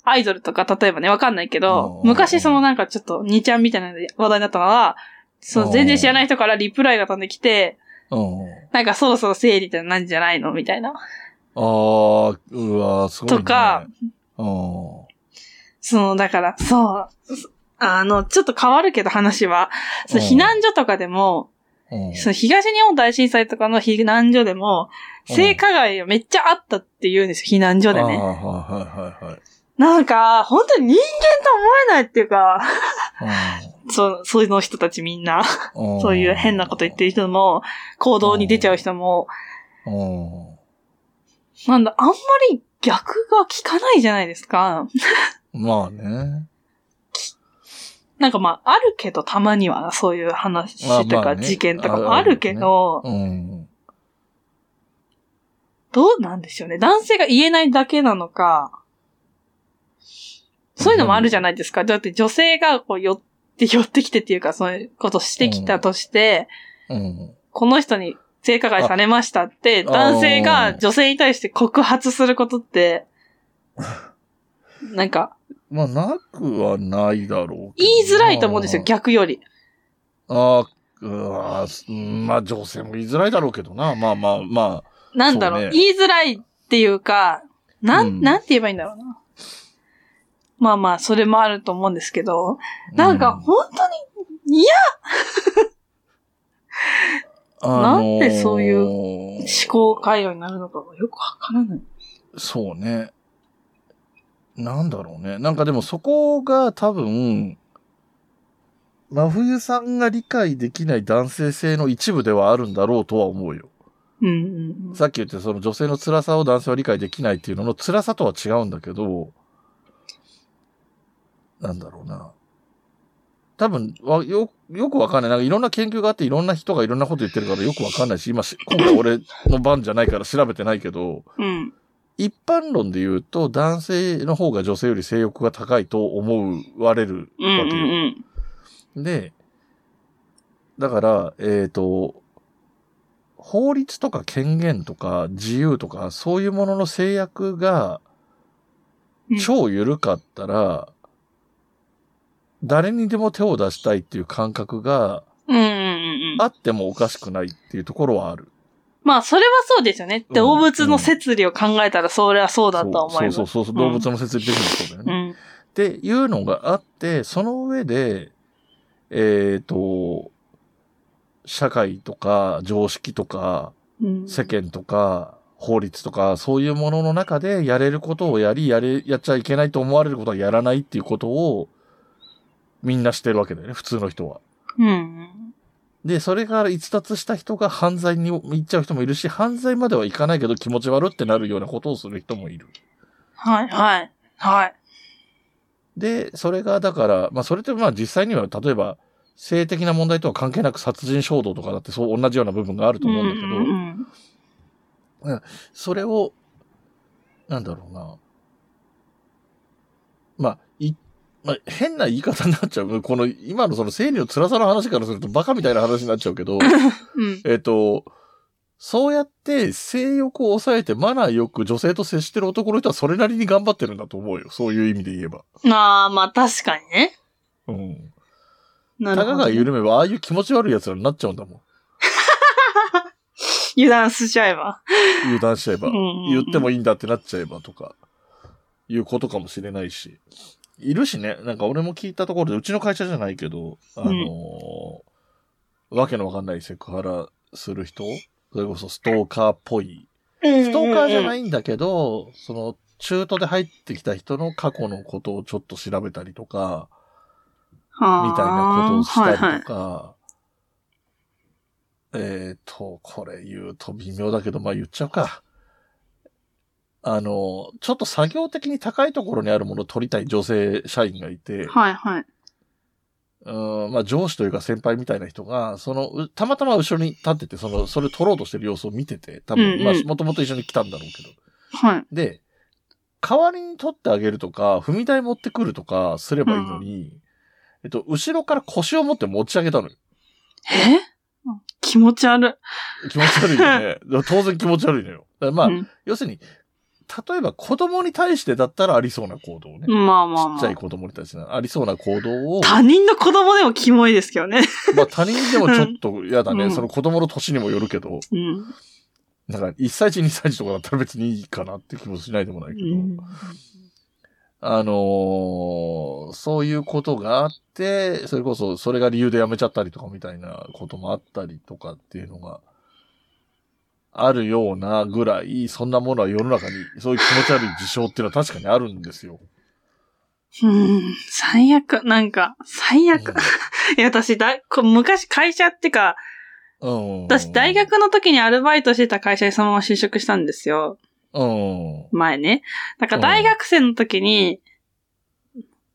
[SPEAKER 1] アイドルとか、例えばね、わかんないけど、
[SPEAKER 4] うん
[SPEAKER 1] 昔そのなんかちょっと、2ちゃんみたいなので話題になったのは、そうの
[SPEAKER 4] ん
[SPEAKER 1] 全然知らない人からリプライが飛んできて、
[SPEAKER 4] うんうん
[SPEAKER 1] なんかそろそろ生理ってなんじゃないのみたいな。
[SPEAKER 4] あー、うわ、すごいね。
[SPEAKER 1] とか
[SPEAKER 4] うん、
[SPEAKER 1] その、だから、そう、そあの、ちょっと変わるけど話は、そう
[SPEAKER 4] うん
[SPEAKER 1] 避難所とかでも、
[SPEAKER 4] うん。
[SPEAKER 1] その東日本大震災とかの避難所でも、
[SPEAKER 4] うん
[SPEAKER 1] 性加害がめっちゃあったって言うんですよ、避難所で
[SPEAKER 4] あー
[SPEAKER 1] ね。
[SPEAKER 4] はいはいはいはい
[SPEAKER 1] なんか、本当に人間と思えないっていうか、 そう、そういうの人たちみんな。
[SPEAKER 4] うんん
[SPEAKER 1] そういう変なこと言ってる人も、行動に出ちゃう人も、
[SPEAKER 4] うん
[SPEAKER 1] なんだ、あんまり逆が効かないじゃないですか。
[SPEAKER 4] まあね。
[SPEAKER 1] なんかまあ、あるけど、たまには、そういう話
[SPEAKER 4] まあ
[SPEAKER 1] と
[SPEAKER 4] まあ
[SPEAKER 1] か
[SPEAKER 4] ね
[SPEAKER 1] 事件とか
[SPEAKER 4] あ
[SPEAKER 1] もあるけど、
[SPEAKER 4] うん。
[SPEAKER 1] どうなんでしょうね。男性が言えないだけなのか、そういうのもあるじゃないですか。だって女性がこう寄って、寄ってきてっていうか、そういうことしてきたとして、
[SPEAKER 4] うん。
[SPEAKER 1] この人に性加害されましたって、
[SPEAKER 4] あ
[SPEAKER 1] 男性
[SPEAKER 4] あ
[SPEAKER 1] が
[SPEAKER 4] ー
[SPEAKER 1] 女性に対して告発することって、 なんか、
[SPEAKER 4] まあ、なくはないだろうけ
[SPEAKER 1] 言
[SPEAKER 4] ど
[SPEAKER 1] いづらいと思うんですよ、逆より。
[SPEAKER 4] ああ、うわーすうんまあ、女性も言いづらいだろうけどな。まあまあまあ。
[SPEAKER 1] なんだろう、
[SPEAKER 4] そうね
[SPEAKER 1] 言いづらいっていうか、なん、
[SPEAKER 4] うん
[SPEAKER 1] なんて言えばいいんだろうな。まあまあ、それもあると思うんですけど、なんか、
[SPEAKER 4] う
[SPEAKER 1] 本当に、なんでそういう
[SPEAKER 4] う
[SPEAKER 1] 思考回路になるのかがよくわからない。
[SPEAKER 4] そうね。なんだろうね。なんかでもそこが多分、真冬さんが理解できない男性性の一部ではあるんだろうとは思うよ。
[SPEAKER 1] うんうんうん。
[SPEAKER 4] さっき言ってその女性の辛さを男性は理解できないっていうのの辛さとは違うんだけど、なんだろうな。多分わよ、よくわかんない。なんかいろんな研究があっていろんな人がいろんなこと言ってるからよくわかんないし、今し、今回俺の番じゃないから調べてないけど、
[SPEAKER 1] うん。
[SPEAKER 4] 一般論で言うと、男性の方が女性より性欲が高いと思われる
[SPEAKER 1] うんうん
[SPEAKER 4] わけよ。
[SPEAKER 1] うん。
[SPEAKER 4] で、だから、えっ、と、法律とか権限とか自由とか、そういうものの制約が
[SPEAKER 1] うん
[SPEAKER 4] 超緩かったら、誰にでも手を出したいっていう感覚が
[SPEAKER 1] うんうんうんうん。
[SPEAKER 4] あってもおかしくないっていうところはある。
[SPEAKER 1] まあ、それはそうですよね。
[SPEAKER 4] うん
[SPEAKER 1] 動物の摂理を考えたら、それはそうだとは思います。
[SPEAKER 4] そうそうそうそう、動物の説理的にもそうだよね。
[SPEAKER 1] うん。
[SPEAKER 4] っていうのがあって、その上で、えっ、と、社会とか常識とか
[SPEAKER 1] うん。
[SPEAKER 4] 世間とか法律とかそういうものの中でやれることをやり、やれ、やっちゃいけないと思われることはやらないっていうことをみんなしてるわけだよね、普通の人は。
[SPEAKER 1] うん。
[SPEAKER 4] で、それから逸脱した人が犯罪に行っちゃう人もいるし、犯罪まではいかないけど気持ち悪ってなるようなことをする人もいる。
[SPEAKER 1] はい、はい、はい。
[SPEAKER 4] で、それがだから、まあそれってまあ実際には例えば性的な問題とは関係なく殺人衝動とかだってそう同じような部分があると思うんだけど、
[SPEAKER 1] うん
[SPEAKER 4] それを、なんだろうな。まあ、い、まあ、変な言い方になっちゃう。この今のその生理の辛さの話からするとバカみたいな話になっちゃうけ
[SPEAKER 1] う
[SPEAKER 4] ど、
[SPEAKER 1] ん。
[SPEAKER 4] えっと、そうやって性欲を抑えてマナーよく女性と接してる男の人はそれなりに頑張ってるんだと思うよ。そういう意味で言えば。
[SPEAKER 1] うん。まあ、まあ、確かにね。
[SPEAKER 4] うん。
[SPEAKER 1] な
[SPEAKER 4] た
[SPEAKER 1] る
[SPEAKER 4] か
[SPEAKER 1] ほど
[SPEAKER 4] が。緩めば、ああいう気持ち悪い奴らになっちゃうんだもん。
[SPEAKER 1] 油断しちゃえば。
[SPEAKER 4] 油断しちゃえば。言
[SPEAKER 1] 言
[SPEAKER 4] ってもいいんだってなっちゃえばとか、いうことかもしれないし。いるしね、なんか俺も聞いたところで、うちの会社じゃないけど、あのーわけのわかんないセクハラする人それこそストーカーっぽい。ス
[SPEAKER 1] ス。
[SPEAKER 4] トーカーじゃないいんだけど、その、中途で入ってきた人の過去のことをちょっと調べたりとか、みたいなことをしたりとか、
[SPEAKER 1] はいはい
[SPEAKER 4] えっ、と、これ言うと微妙だけど、まあ言っちゃうか。あの、ちょっと作業的に高いところにあるものを取りたい女性社員がいて、
[SPEAKER 5] はいはい。
[SPEAKER 4] うんまあ上司というか先輩みたいな人が、その、うたまたま後ろに立ってて、その、それ取ろうとしてる様子を見てて、多分、
[SPEAKER 1] うんうん
[SPEAKER 4] まあもともと一緒に来たんだろうけど。
[SPEAKER 5] はい。
[SPEAKER 4] で、代わりに取ってあげるとか、踏み台持ってくるとかすればいいのに、えっと、後ろから腰を持って持ち上げたのよ。
[SPEAKER 1] え気持ち悪
[SPEAKER 4] 気持ち悪いよね。 だから当然気持ち悪いのよ。だからまあ、
[SPEAKER 1] うん
[SPEAKER 4] 要するに、例えば子供に対してだったらありそうな行動ね。
[SPEAKER 1] い。まあまあ
[SPEAKER 4] ちっ
[SPEAKER 1] ま
[SPEAKER 4] ちゃい
[SPEAKER 1] あ。
[SPEAKER 4] 子供に対してありそうな行動を、
[SPEAKER 1] 他人の子供でもキモいですけどね。
[SPEAKER 4] まあ他人でもちょっと嫌だね。
[SPEAKER 1] うん
[SPEAKER 4] その子供の年にもよるけど、
[SPEAKER 1] うん。
[SPEAKER 4] なんか1歳児、2歳児とかだったら別にいいかなって気もしないでもないけど、あのーそういうことがあって、それこそそれが理由で辞めちゃったりとかみたいなこともあったりとかっていうのが、あるようなぐらい、そんなものは世の中に、そういう気持ち悪い事象っていうのは確かにあるんですよ。
[SPEAKER 1] うん。最悪。なんか、最悪。いや、私だ、こ昔会社ってか、
[SPEAKER 4] うん。うん
[SPEAKER 1] 私大学の時にアルバイトしてた会社にそのまま就職したんですよ。
[SPEAKER 4] うん。
[SPEAKER 1] 前ね。なんか
[SPEAKER 4] うん
[SPEAKER 1] 大学生の時に、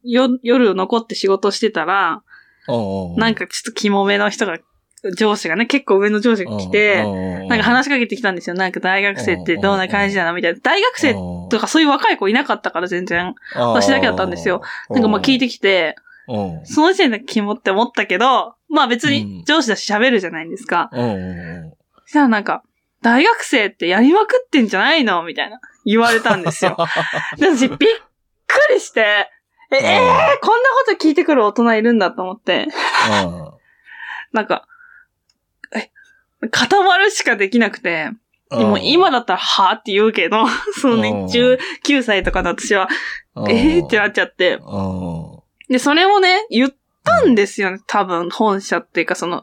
[SPEAKER 1] よ、夜残って仕事してたら、
[SPEAKER 4] うん。
[SPEAKER 1] なんかちょっとキモめの人が、上司がね、結構上の上司が来て、
[SPEAKER 4] て
[SPEAKER 1] なんか話しかけてきたんですよ。なんか大学生ってどんな感じなのみたいな。大学生とかそういう若い子いなかったから全然。私だけだったんですよ。なんかまあ聞い
[SPEAKER 4] て、
[SPEAKER 1] てきて、
[SPEAKER 4] うん
[SPEAKER 1] その時点でキモって思ったけど、まあ別に上司だし喋るじゃないですか。
[SPEAKER 4] うん。
[SPEAKER 1] そしたらなんか、大学生ってやりまくってんじゃないのみたいな言われたん ですよ。で私びっくりして、え、えー、こんなこと聞いてくる大人いるんだと思って、なんか、え、固まるしかできなくて、でも今だったらはぁって言うけど、 そのね、19歳とかの私は、えーってなっちゃって、
[SPEAKER 4] う
[SPEAKER 1] で、それをね、言ったんですよね、多分、本社っていうか、その、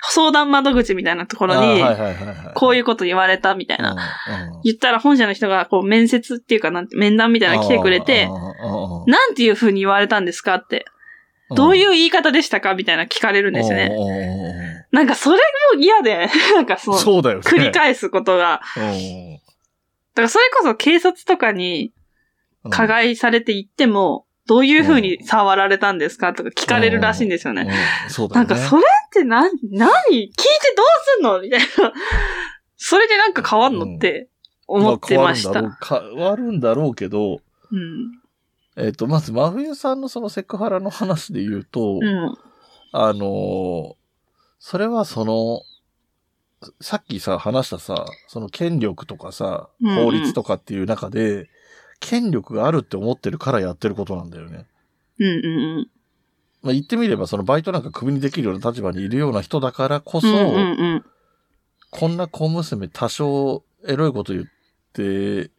[SPEAKER 1] 相談窓口みたいなところに、こういううこと言われたみたいな。
[SPEAKER 4] な
[SPEAKER 1] 言ったら本社の人が、こう、面接っていうか、なんて、面談みたいなの来てくれて、、なんていう風に言われたんですかって、どういうう言い方でしたかみたいな聞かれるんですよね。
[SPEAKER 4] ね。
[SPEAKER 1] なんか、それも嫌で、 なんかその、
[SPEAKER 4] そうだよね。
[SPEAKER 1] 繰り返すことが。だから、それこそ警察とかに
[SPEAKER 4] うん
[SPEAKER 1] 加害されて行っても、どういう風に触られたんですかとか聞かれるらしいんですよね。
[SPEAKER 4] うんそうだ
[SPEAKER 1] な
[SPEAKER 4] よ
[SPEAKER 1] ん
[SPEAKER 4] ね。
[SPEAKER 1] か、それってな、何聞いてどうすんのみたいな。 それでなんか変わんのって思ってました。
[SPEAKER 4] まあ変わるんだろう変わるんだろうけど、
[SPEAKER 1] うん。
[SPEAKER 4] えっと、まず、真冬さんのそのセクハラの話で言うと、
[SPEAKER 1] うん。
[SPEAKER 4] あのーそれはその、さっきさ、話したさ、その権力とかさ、
[SPEAKER 1] うんうん
[SPEAKER 4] 法律とかっていう中で、権力があるって思ってるからやってることなんだよね。
[SPEAKER 1] うんうんうん。
[SPEAKER 4] まあ、言ってみれば、そのバイトなんか首にできるような立場にいるような人だからこそ、
[SPEAKER 1] うんうんうん。
[SPEAKER 4] こんな小娘多少エロいこと言って、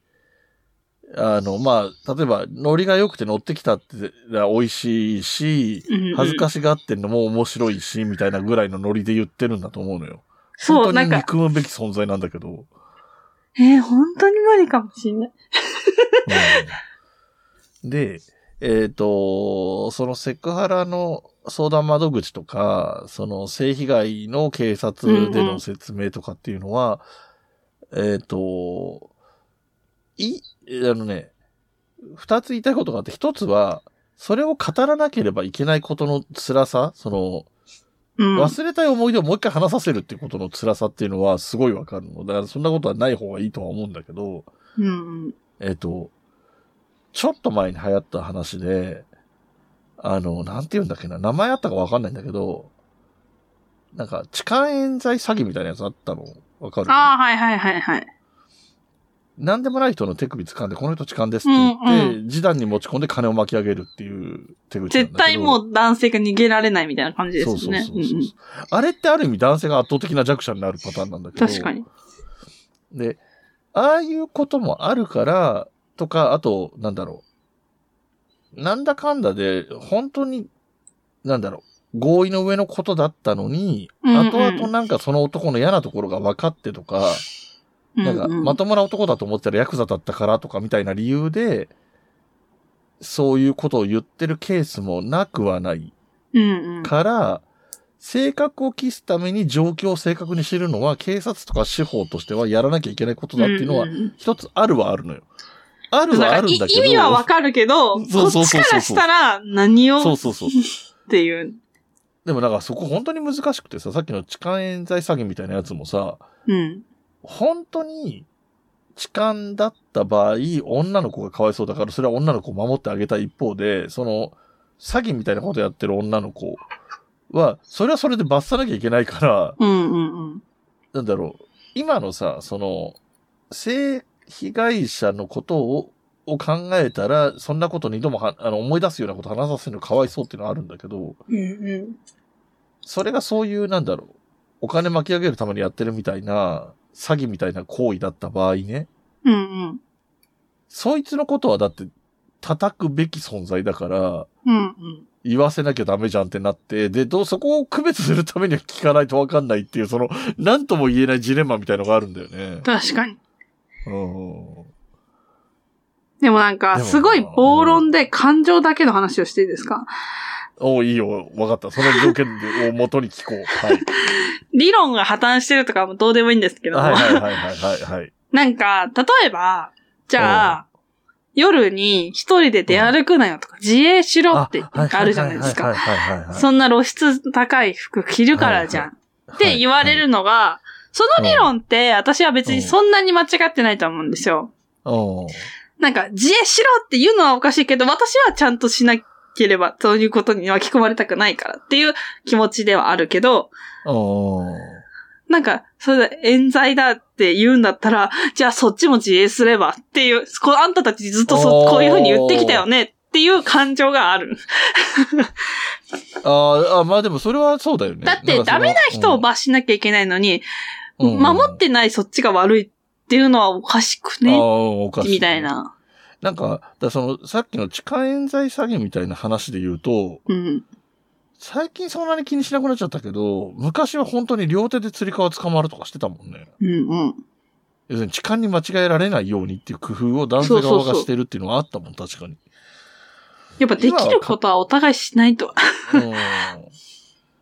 [SPEAKER 4] あの、まあ、例えば、ノリが良くて乗ってきたって、美味しいし、
[SPEAKER 1] うんうん
[SPEAKER 4] 恥ずかしがってんのも面白いし、みたいなぐらいのノリで言ってるんだと思うのよ。
[SPEAKER 1] そう、
[SPEAKER 4] 本当
[SPEAKER 1] なん
[SPEAKER 4] に
[SPEAKER 1] か、
[SPEAKER 4] 憎むべき存在なんだけど。うん
[SPEAKER 1] えー、本当に無理かもしんない。
[SPEAKER 4] で、えっ、と、そのセクハラの相談窓口とか、その性被害の警察での説明とかっていうのは、えっ、と、い、あのね、二つ言いたいことがあって、一つは、それを語らなければいけないことの辛さ、その、
[SPEAKER 1] うん。
[SPEAKER 4] 忘れたい思い出をもう一回話させるっていうことの辛さっていうのはすごいわかるの。だからそんなことはない方がいいとは思うんだけど、
[SPEAKER 1] うんうん。
[SPEAKER 4] えっ、と、ちょっと前に流行った話で、あの、なんて言うんだっけな、名前あったかわかんないんだけど、なんか、痴漢冤罪詐欺みたいなやつあったのわかる
[SPEAKER 1] ああ、はいはいはいはい。
[SPEAKER 4] なんでもない人の手首掴んで、この人痴漢ですって言って、
[SPEAKER 1] うん
[SPEAKER 4] 示談に持ち込んで金を巻き上げるっていう手口なんだけど。
[SPEAKER 1] 絶対もう男性が逃げられないみたいな感じです
[SPEAKER 4] そう
[SPEAKER 1] よ
[SPEAKER 4] そう
[SPEAKER 1] ね。
[SPEAKER 4] そうそう、あれってある意味男性が圧倒的な弱者になるパターンなんだけ
[SPEAKER 1] うんうん
[SPEAKER 4] ど。
[SPEAKER 1] 確かに。
[SPEAKER 4] で、ああいうこともあるから、とか、あと、なんだろう。なんだかんだで、本当に、なんだろう。合意の上のことだったのに、
[SPEAKER 1] うんうん
[SPEAKER 4] 後々なんかその男の嫌なところが分かってとか、なんか
[SPEAKER 1] うんうん
[SPEAKER 4] まともな男だと思ってたらヤクザだったからとかみたいな理由で、そういうことを言ってるケースもなくはない
[SPEAKER 1] うんうん。
[SPEAKER 4] から、性格を期すために状況を正確に知るのは警察とか司法としてはやらなきゃいけないことだっていうのは
[SPEAKER 1] んんん
[SPEAKER 4] 一つあるはあるのよ。あるはあ
[SPEAKER 1] なんか
[SPEAKER 4] る
[SPEAKER 1] い
[SPEAKER 4] んだけど。
[SPEAKER 1] 意味はわかるけど、こ
[SPEAKER 4] そうそうそうそう
[SPEAKER 1] っちからしたら何
[SPEAKER 4] そ
[SPEAKER 1] を
[SPEAKER 4] う
[SPEAKER 1] っ
[SPEAKER 4] そうそう。
[SPEAKER 1] ていう。
[SPEAKER 4] でもなんかそこ本当に難しくてさ、さっきの痴漢冤罪詐欺みたいなやつもさ、
[SPEAKER 1] うん。
[SPEAKER 4] 本当に痴漢だった場合、女の子がかわいそうだから、それは女の子を守ってあげたい一方で、その、詐欺みたいなことやってる女の子は、それはそれで罰さなきゃいけないから、
[SPEAKER 1] うんうんうん。
[SPEAKER 4] なんだろう、今のさ、その、性被害者のことを、を考えたら、そんなこと二度もはあの思い出すようなこと話させるのかわいそうっていうのはあるんだけど、
[SPEAKER 6] うん
[SPEAKER 4] それがそういう、なんだろう、お金巻き上げるためにやってるみたいな、詐欺みたいな行為だった場合ね、
[SPEAKER 1] うん
[SPEAKER 4] そいつのことはだって、叩くべき存在だから、
[SPEAKER 1] うん。うんうん。
[SPEAKER 4] 言わせなきゃダメじゃんってなって、で、どう、そこを区別するためには聞かないとわかんないっていう、その、なんとも言えないジレンマみたいのがあるんだよね。
[SPEAKER 1] 確かに。
[SPEAKER 4] うん。
[SPEAKER 6] でもなんか、
[SPEAKER 4] でも
[SPEAKER 6] すごい暴論で感情だけの話をしていいですか
[SPEAKER 4] おいいよ。わかった。その条件を元に聞こう。はい。
[SPEAKER 1] 理論が破綻してるとかもどうでもいいんですけど、
[SPEAKER 4] はいはいはいはいはいはい。
[SPEAKER 1] なんか、例えば、じゃあ、夜に一人で出歩くなよとか、自衛しろってあるじゃないです
[SPEAKER 4] は
[SPEAKER 1] か。
[SPEAKER 4] いはいはいはいはい。
[SPEAKER 1] そんな露出高い服着るからじゃん。って言われるのが、その理論って私は別にそんなに間違ってないと思うんですよ。
[SPEAKER 4] おー
[SPEAKER 1] なんか、自衛しろって言うのはおかしいけど、私はちゃんとしなければ、そういうことに巻き込まれたくないからっていう気持ちではあるけど、
[SPEAKER 4] おー
[SPEAKER 1] なんか、それで冤罪だって言うんだったら、じゃあそっちも自衛すればっていう、こあんたたちずっと
[SPEAKER 4] お
[SPEAKER 1] そ
[SPEAKER 4] ー
[SPEAKER 1] こういうふうに言ってきたよねっていう感情がある。
[SPEAKER 4] あーあ、まあでもそれはそうだよね。
[SPEAKER 1] だってダメな人を罰しなきゃいけないのに、守ってないそっちが悪いっていうのはおかしく
[SPEAKER 4] ね。あー
[SPEAKER 1] ね
[SPEAKER 4] おかし
[SPEAKER 1] みたい。な。
[SPEAKER 4] なんか、だからその、さっきの痴漢冤罪詐欺みたいな話で言うと、
[SPEAKER 1] うん。
[SPEAKER 4] 最近そんなに気にしなくなっちゃったけど、昔は本当に両手で釣り革捕まるとかしてたもんね。
[SPEAKER 1] うんうん。
[SPEAKER 4] 要するに痴漢に間違えられないようにっていう工夫を男
[SPEAKER 1] そ
[SPEAKER 4] 性
[SPEAKER 1] うそうそう
[SPEAKER 4] 側がしてるっていうのはあったもん、確かに。
[SPEAKER 1] やっぱできることはお互いしないと。
[SPEAKER 4] うん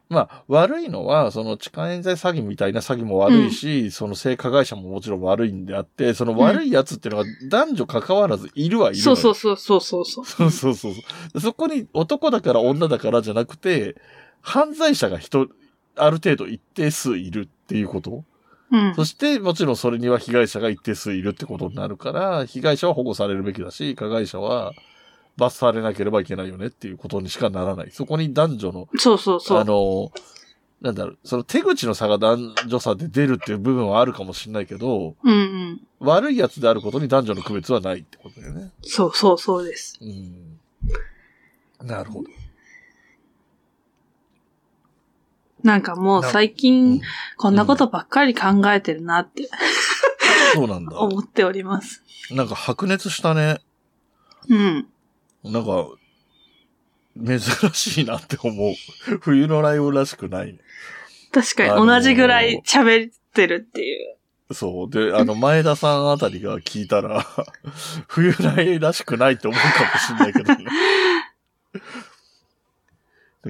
[SPEAKER 4] まあ、悪いのは、その痴漢冤罪詐欺みたいな詐欺も悪いし、その性加害者ももちろん悪いんであって、その悪い奴っていうのは男女関わらずいるはいるの
[SPEAKER 1] そ
[SPEAKER 4] よ。
[SPEAKER 1] うそうそうそうそうそう。
[SPEAKER 4] そうそうそうそう。そこに男だから女だからじゃなくて、犯罪者が人、ある程度一定数いるっていうこと。
[SPEAKER 1] うん。
[SPEAKER 4] そして、もちろんそれには被害者が一定数いるってことになるから、被害者は保護されるべきだし、加害者は罰されなければいけないよねっていうことにしかならない。そこに男女の、
[SPEAKER 1] そうそうそ
[SPEAKER 4] あ
[SPEAKER 1] う。
[SPEAKER 4] の、なんだろう、その手口の差が男女差で出るっていう部分はあるかもしれないけど、
[SPEAKER 1] うんうん。
[SPEAKER 4] 悪いやつであることに男女の区別はないってことだよね。
[SPEAKER 1] そうそうそうです。
[SPEAKER 4] うん。なるほど。
[SPEAKER 1] なんかもう最
[SPEAKER 4] うん
[SPEAKER 1] 近、こんなことばっかり考えてるなって
[SPEAKER 4] そうなんだ。
[SPEAKER 1] 思っております。
[SPEAKER 4] なんか白熱したね。
[SPEAKER 1] うん。
[SPEAKER 4] なんか、珍しいなって思う。冬のライオンらしくないね。
[SPEAKER 1] 確かに
[SPEAKER 4] あのー
[SPEAKER 1] 同じぐらい喋ってるっていう。
[SPEAKER 4] そう。で、あの、前田さんあたりが聞いたら、 冬ライらしくないって思うかもしれないけど ね。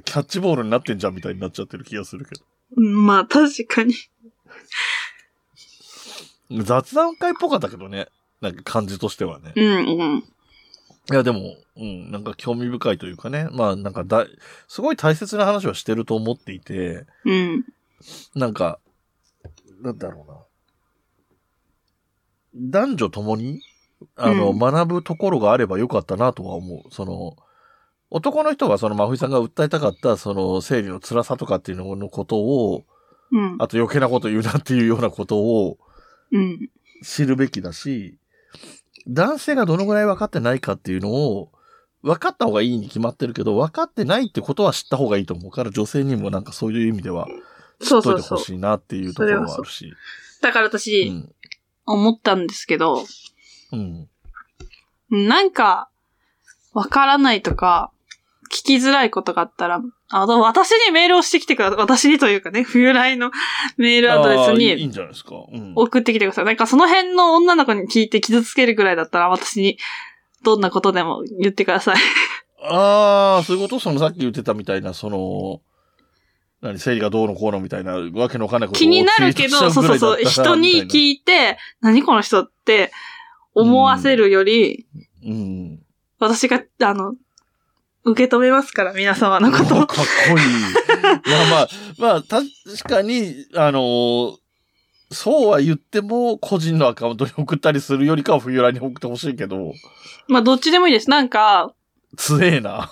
[SPEAKER 4] キャッチボールになってんじゃんみたいになっちゃってる気がするけ
[SPEAKER 1] うんまあ確かに。
[SPEAKER 4] ど。雑談会っぽかったけどね。なんか感じとしてはね。
[SPEAKER 1] うんうん。
[SPEAKER 4] いや、でも、うん、なんか興味深いというかね。まあ、なんかだい、すごい大切な話はしてると思っていて、
[SPEAKER 1] うん。
[SPEAKER 4] なんか、なんだろうな。男女ともに、あの、
[SPEAKER 1] うん
[SPEAKER 4] 学ぶところがあればよかったなとは思う。その、男の人がその、まふいさんが訴えたかった、その、生理の辛さとかっていうののことを、
[SPEAKER 1] うん。
[SPEAKER 4] あと余計なこと言うなっていうようなことを
[SPEAKER 1] うん。
[SPEAKER 4] 知るべきだし、男性がどのぐらい分かってないかっていうのを、分かった方がいいに決まってるけど、分かってないってことは知った方がいいと思うから、女性にもなんかそういう意味では、
[SPEAKER 1] そう
[SPEAKER 4] と
[SPEAKER 1] そ
[SPEAKER 4] いうて
[SPEAKER 1] そ
[SPEAKER 4] ほ
[SPEAKER 1] う。
[SPEAKER 4] しいなっていうところはあるし。
[SPEAKER 1] だから
[SPEAKER 4] う
[SPEAKER 1] 私、
[SPEAKER 4] ん。
[SPEAKER 1] 思ったんですけど、
[SPEAKER 4] うん。
[SPEAKER 1] なんか、わからないとか、聞きづらいことがあったら、あの、私にメールをしてきてください。私にというかね、冬来のメールアドレス
[SPEAKER 4] あーいいいい
[SPEAKER 1] に
[SPEAKER 4] んじゃないですか。うん。
[SPEAKER 1] 送ってきてください。なんかその辺の女の子に聞いて傷つけるくらいだったら、私にどんなことでも言ってください。
[SPEAKER 4] ああ、そういうことそのさっき言ってたみたいな、その、何、生理がどうのこうのみたいな、わけのわかんないことを
[SPEAKER 1] 気になるけ
[SPEAKER 4] ツイ
[SPEAKER 1] ど、そう
[SPEAKER 4] ートしちゃ
[SPEAKER 1] そう
[SPEAKER 4] ぐらいだった
[SPEAKER 1] そう、
[SPEAKER 4] ら
[SPEAKER 1] 人に
[SPEAKER 4] みたい
[SPEAKER 1] 聞いて、何この人って思わせるより、
[SPEAKER 4] なうん。
[SPEAKER 1] 私が、あの、受け止めますから、皆様のこ
[SPEAKER 4] かっ
[SPEAKER 1] とを。
[SPEAKER 4] こいい。まあまあ、 まあ、確かに、あのーそうは言っても、個人のアカウントに送ったりするよりかは冬来に送ってほしいけど、
[SPEAKER 1] まあ、どっちでもいいです。なんか、
[SPEAKER 4] 強えな。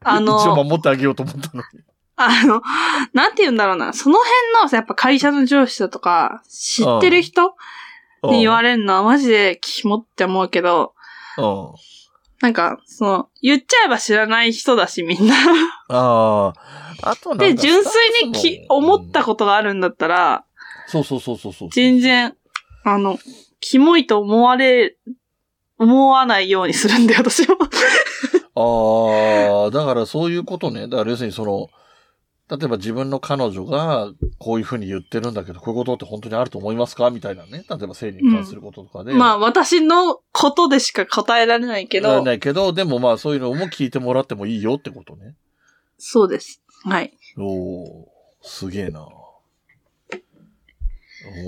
[SPEAKER 1] あの、
[SPEAKER 4] 一応守ってあげようと思ったのに。
[SPEAKER 1] あの、なんて言うんだろうな。その辺のさ、やっぱ会社の上司だとか、知ってる人に言われるのはマジでキモって思うけど、
[SPEAKER 4] うん。
[SPEAKER 1] なんか、その、言っちゃえば知らない人だし、みんな。
[SPEAKER 4] ああ。あとなんか
[SPEAKER 1] で、純粋に
[SPEAKER 4] スタッ
[SPEAKER 1] き
[SPEAKER 4] フも
[SPEAKER 1] 思ったことがあるんだったら、
[SPEAKER 4] そうそうそうそうそう。
[SPEAKER 1] 全然、あの、キモいと思われ、思わないようにするんで、私は。
[SPEAKER 4] ああ、だからそういうことね。だから要するにその、例えば自分の彼女がこういうふうに言ってるんだけど、こういうことって本当にあると思いますかみたいなね。例えば性に関することとかで。
[SPEAKER 1] まあ、私のことでしか答えられないけ
[SPEAKER 4] なら
[SPEAKER 1] ど、
[SPEAKER 4] ないけど、でもまあそういうのも聞いてもらってもいいよってことね。
[SPEAKER 1] そうです。はい。
[SPEAKER 4] おー、すげえな。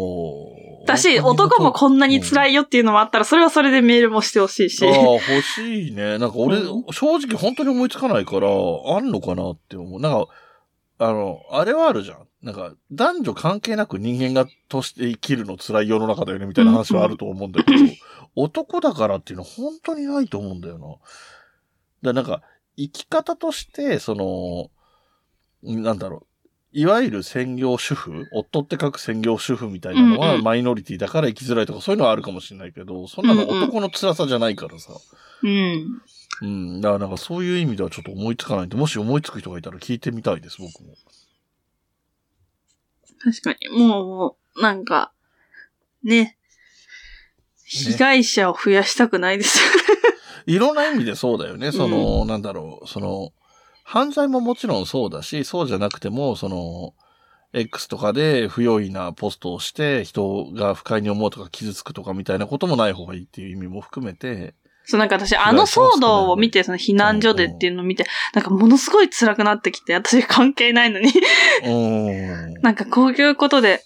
[SPEAKER 4] おー
[SPEAKER 1] だし、男もこんなに辛いよっていうのもあったら、それはそれでメールもしてほしいし。
[SPEAKER 4] ああ、欲しいね。なんか俺、
[SPEAKER 1] う
[SPEAKER 4] 正直本当に思いつかないから、あんのかなって思う。なんか、あの、あれはあるじゃん。なんか、男女関係なく人間がとして生きるの辛い世の中だよね、みたいな話はあると思うんだけど、男だからっていうのは本当にないと思うんだよな。だからなんか、生き方として、その、なんだろう。いわゆる専業主婦夫って書く専業主婦みたいなの
[SPEAKER 1] うん
[SPEAKER 4] は
[SPEAKER 1] うん
[SPEAKER 4] マイノリティだから生きづらいとかそういうのはあるかもしれないけど、そんなの男の辛さじゃないからさ。
[SPEAKER 1] うん。
[SPEAKER 4] うん。だからなんかそういう意味ではちょっと思いつかないんで、もし思いつく人がいたら聞いてみたいです、僕も。
[SPEAKER 1] 確かに。もう、なんか、ね。被害者を増やしたくないです よね。
[SPEAKER 4] いろんな意味でそうだよね。その、なんだろう、その、犯罪ももちろんそうだし、そうじゃなくても、その、X とかで不用意なポストをして、人が不快に思うとか傷つくとかみたいなこともない方がいいっていう意味も含めて、
[SPEAKER 1] そう、なんか私、あの騒動を見て、その避難所でっていうのを見て、なんかものすごい辛くなってきて、私関係ないのに。
[SPEAKER 4] うん。
[SPEAKER 1] なんかこういうことで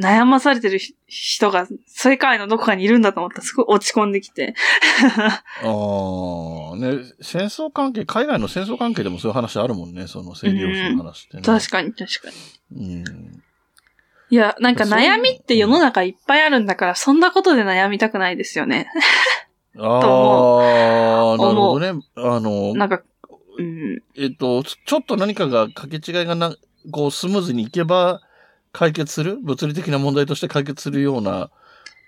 [SPEAKER 1] 悩まされてるひ人が世界のどこかにいるんだと思ったらすごい落ち込んできて。
[SPEAKER 4] ああ、ね、戦争関係、海外の戦争関係でもそういう話あるもんね、その生理用品の話ってね。
[SPEAKER 1] 確かに確かに。
[SPEAKER 4] うん。
[SPEAKER 1] いや、なんか
[SPEAKER 4] そう
[SPEAKER 1] 悩みって世の中いっぱいあるんだから、そんなことで悩みたくないですよね。
[SPEAKER 4] あ
[SPEAKER 1] 思
[SPEAKER 4] あ、なる
[SPEAKER 1] 思
[SPEAKER 4] ほ
[SPEAKER 1] う
[SPEAKER 4] どね。あの、
[SPEAKER 1] なんか、うん。
[SPEAKER 4] えっと、ちょちょっと何かが掛け違いがな、こうスムーズにいけば解決する、物理的な問題として解決するような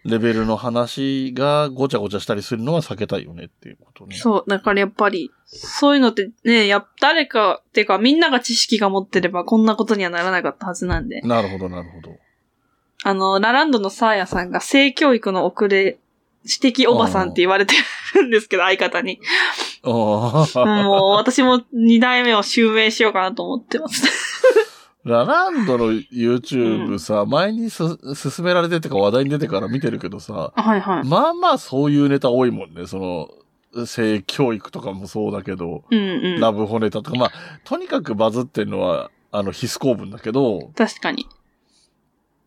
[SPEAKER 4] レベルの話がごちゃごちゃしたりするのは避けたいよねっていうことね。
[SPEAKER 1] そう、だからやっぱり、そういうのってね、やっ、誰か、っていうかみんなが知識が持ってればこんなことにはならなかったはずなんで。
[SPEAKER 4] なるほど、なるほど。
[SPEAKER 1] あの、ラランドのサーヤさんが性教育の遅れ、知的おばさんって言われてるんですけど、相方に。
[SPEAKER 4] ああ、
[SPEAKER 1] もう私も二代目を襲名しようかなと思ってます。
[SPEAKER 4] ラランドの YouTube さ、前にす、勧められててか話題に出てから見てるけどさ、
[SPEAKER 1] はいは。
[SPEAKER 4] まあまあそういうネタ多いもんね。その、性教育とかもそうだけど、
[SPEAKER 1] うんう
[SPEAKER 4] ラ
[SPEAKER 1] ん。
[SPEAKER 4] ブホネタとか、まあ、とにかくバズってんのは、あの、ヒス構文だけど、
[SPEAKER 1] 確かに。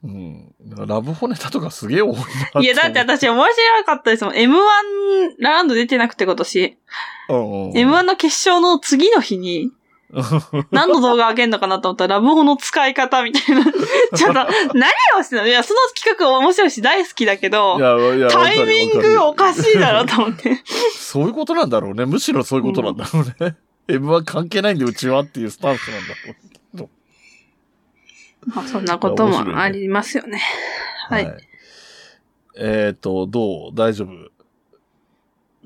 [SPEAKER 4] うん。ラブホネタとかすげえ多いなって思う。
[SPEAKER 1] いや、だって私面白かったですもん。M1 ラランド出てなくて今年。
[SPEAKER 4] うんうん、
[SPEAKER 1] M1 の決勝の次の日 に、何の動画上げんのかなと思ったら、ラブホの使い方みた いな。ちょっと、何をしてたのいや、その企画面白いし大好きだけ
[SPEAKER 4] い
[SPEAKER 1] ど、
[SPEAKER 4] や、いや、
[SPEAKER 1] タイミン
[SPEAKER 4] わかる
[SPEAKER 1] グ
[SPEAKER 4] よ
[SPEAKER 1] おかしいだろと思って。
[SPEAKER 4] そう いうことなんだろうね。むしろそういうことなんだろうね。M1 関係ないんで、うちはっていうスタンスなんだろう。
[SPEAKER 1] まあ、そんなこともありますよね。はい
[SPEAKER 4] えっ、と、どう大丈夫
[SPEAKER 1] う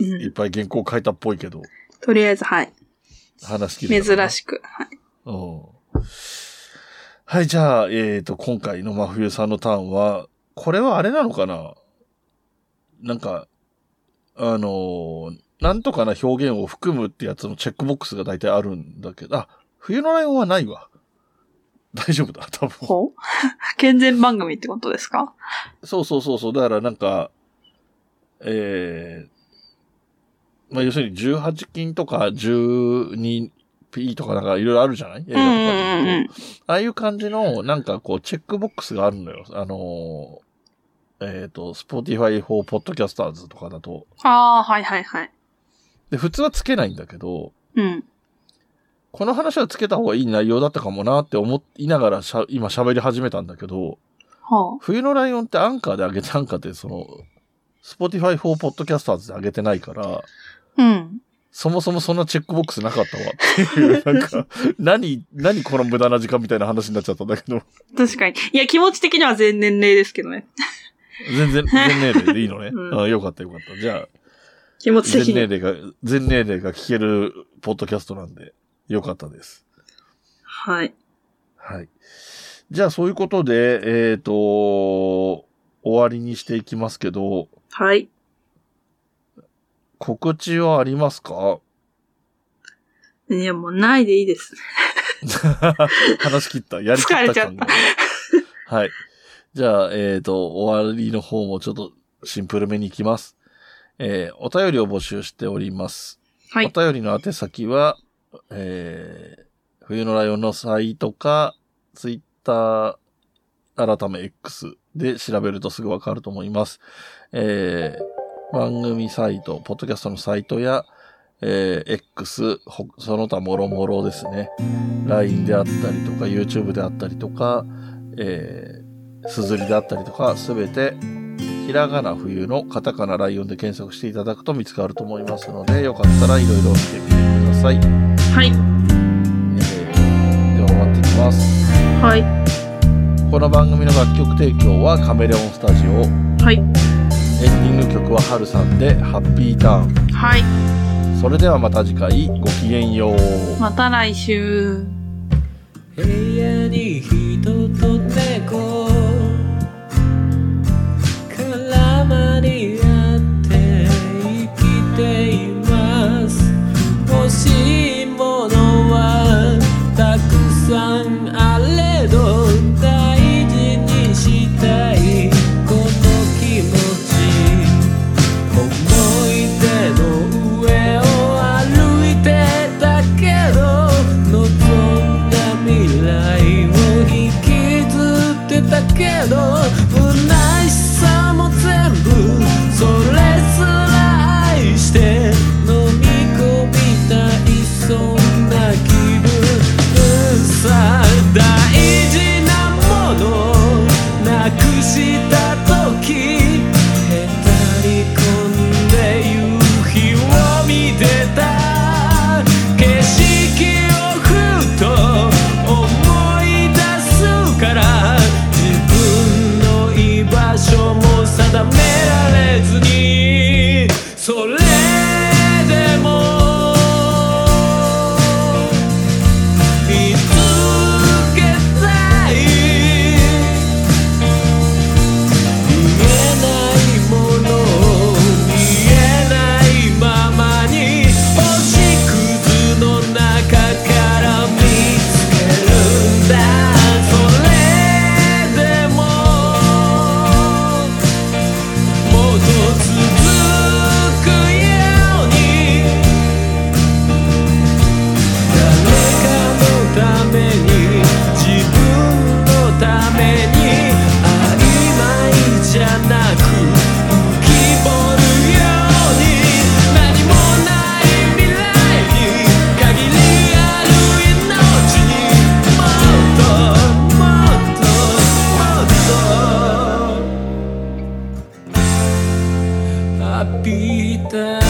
[SPEAKER 4] いっ
[SPEAKER 1] ん、
[SPEAKER 4] ぱい原稿書いたっぽいけど、
[SPEAKER 1] とりあえず、はい。
[SPEAKER 4] 話聞い
[SPEAKER 1] 珍
[SPEAKER 4] てたかな
[SPEAKER 1] しく。はい
[SPEAKER 4] うんはい、じゃあ、えっ、と、今回の真冬さんのターンは、これはあれなのかななんか、あのーなんとかな表現を含むってやつのチェックボックスが大体あるんだけど、あ、冬のライオンはないわ。大丈夫だ、多分。
[SPEAKER 1] ほう健全番組ってことですか
[SPEAKER 4] そうそうそうそう、だからなんか、えー、まあ要するに18禁とか 12P とかなんかいろいろあるじゃない映画と
[SPEAKER 1] う
[SPEAKER 4] か
[SPEAKER 1] んう
[SPEAKER 4] に
[SPEAKER 1] んうんうん。
[SPEAKER 4] ああいう感じの、なんかこう、チェックボックスがあるのよ。あのーえっ、と、Spotify for Podcasters とかだと。
[SPEAKER 1] ああ、はいはいはい。
[SPEAKER 4] で、普通はつけないんだけど、
[SPEAKER 1] うん。
[SPEAKER 4] この話はつけた方がいい内容だったかもなって思いながらしゃ、今喋り始めたんだけど、
[SPEAKER 1] ほ
[SPEAKER 4] 冬のライオンってアンカーで上げて、アンカーってその、Spotify for Podcasters で上げてないから、
[SPEAKER 1] う。うん。
[SPEAKER 4] そもそもそんなチェックボックスなかったわってい う、なんか、何、何この無駄な時間みたいな話になっちゃったんだけど、
[SPEAKER 1] 確かに。いや、気持ち的には全年齢ですけどね。
[SPEAKER 4] 全然、全年齢でいいのね。
[SPEAKER 1] うん
[SPEAKER 4] あよかったよかった。じゃあ、
[SPEAKER 1] 気持ち的
[SPEAKER 4] 全
[SPEAKER 1] に。
[SPEAKER 4] 年齢が、全年齢が聞けるポッドキャストなんで、よかったです。
[SPEAKER 1] はい。
[SPEAKER 4] はい。じゃあ、そういうことで、えっ、と、終わりにしていきますけど、
[SPEAKER 1] はい。
[SPEAKER 4] 告知はありますか
[SPEAKER 1] いや、もうないでいいです。
[SPEAKER 4] 話し切 った。やりきった感が。はい。じゃあ、えっ、と、終わりの方もちょっとシンプルめにいきます。えーお便りを募集しております。
[SPEAKER 1] はい
[SPEAKER 4] お便りの宛先は、えー冬のライオンのサイトか、ツイッター、改め X で調べるとすぐわかると思います。えー番組サイト、ポッドキャストのサイトや、えー X、ほその他もろもろですね。LINE であったりとか、YouTube であったりとか、えー、すずりであったりとか、すべて、ひらがな冬のカタカナライオンで検索していただくと見つかると思いますので、よかったらいろいろ見てみてください。
[SPEAKER 1] はい。
[SPEAKER 4] えーでは終わっていきます。
[SPEAKER 1] はい。
[SPEAKER 4] この番組の楽曲提供はカメレオンスタジオ。
[SPEAKER 1] はい。
[SPEAKER 4] エンディング曲はハルさんでハッピーター
[SPEAKER 1] はい。
[SPEAKER 4] ン。それではまた次回ごきげんよう。
[SPEAKER 2] また来週。
[SPEAKER 7] 部屋に人と猫絡まり合って生きています欲しいものはたくさんあれど大事にしたいこの気持ち思い出の上を歩いてたけど望んだ未来を引きずってたけど不悔しさも全部それすら愛して飲み込みたいそんな気分さ大事なものなくした時へたり込んで夕日を見てた景色をふと思い出すから自分の居場所も定められずにそれでも「見つけたい」「見えないものを見えないままに星屑の中から見つけるんだ」「それでももっと続くように」誰かのために自分のために曖昧じゃなく浮き彫るように何もない未来に限りある命にもっともっともっと浴びた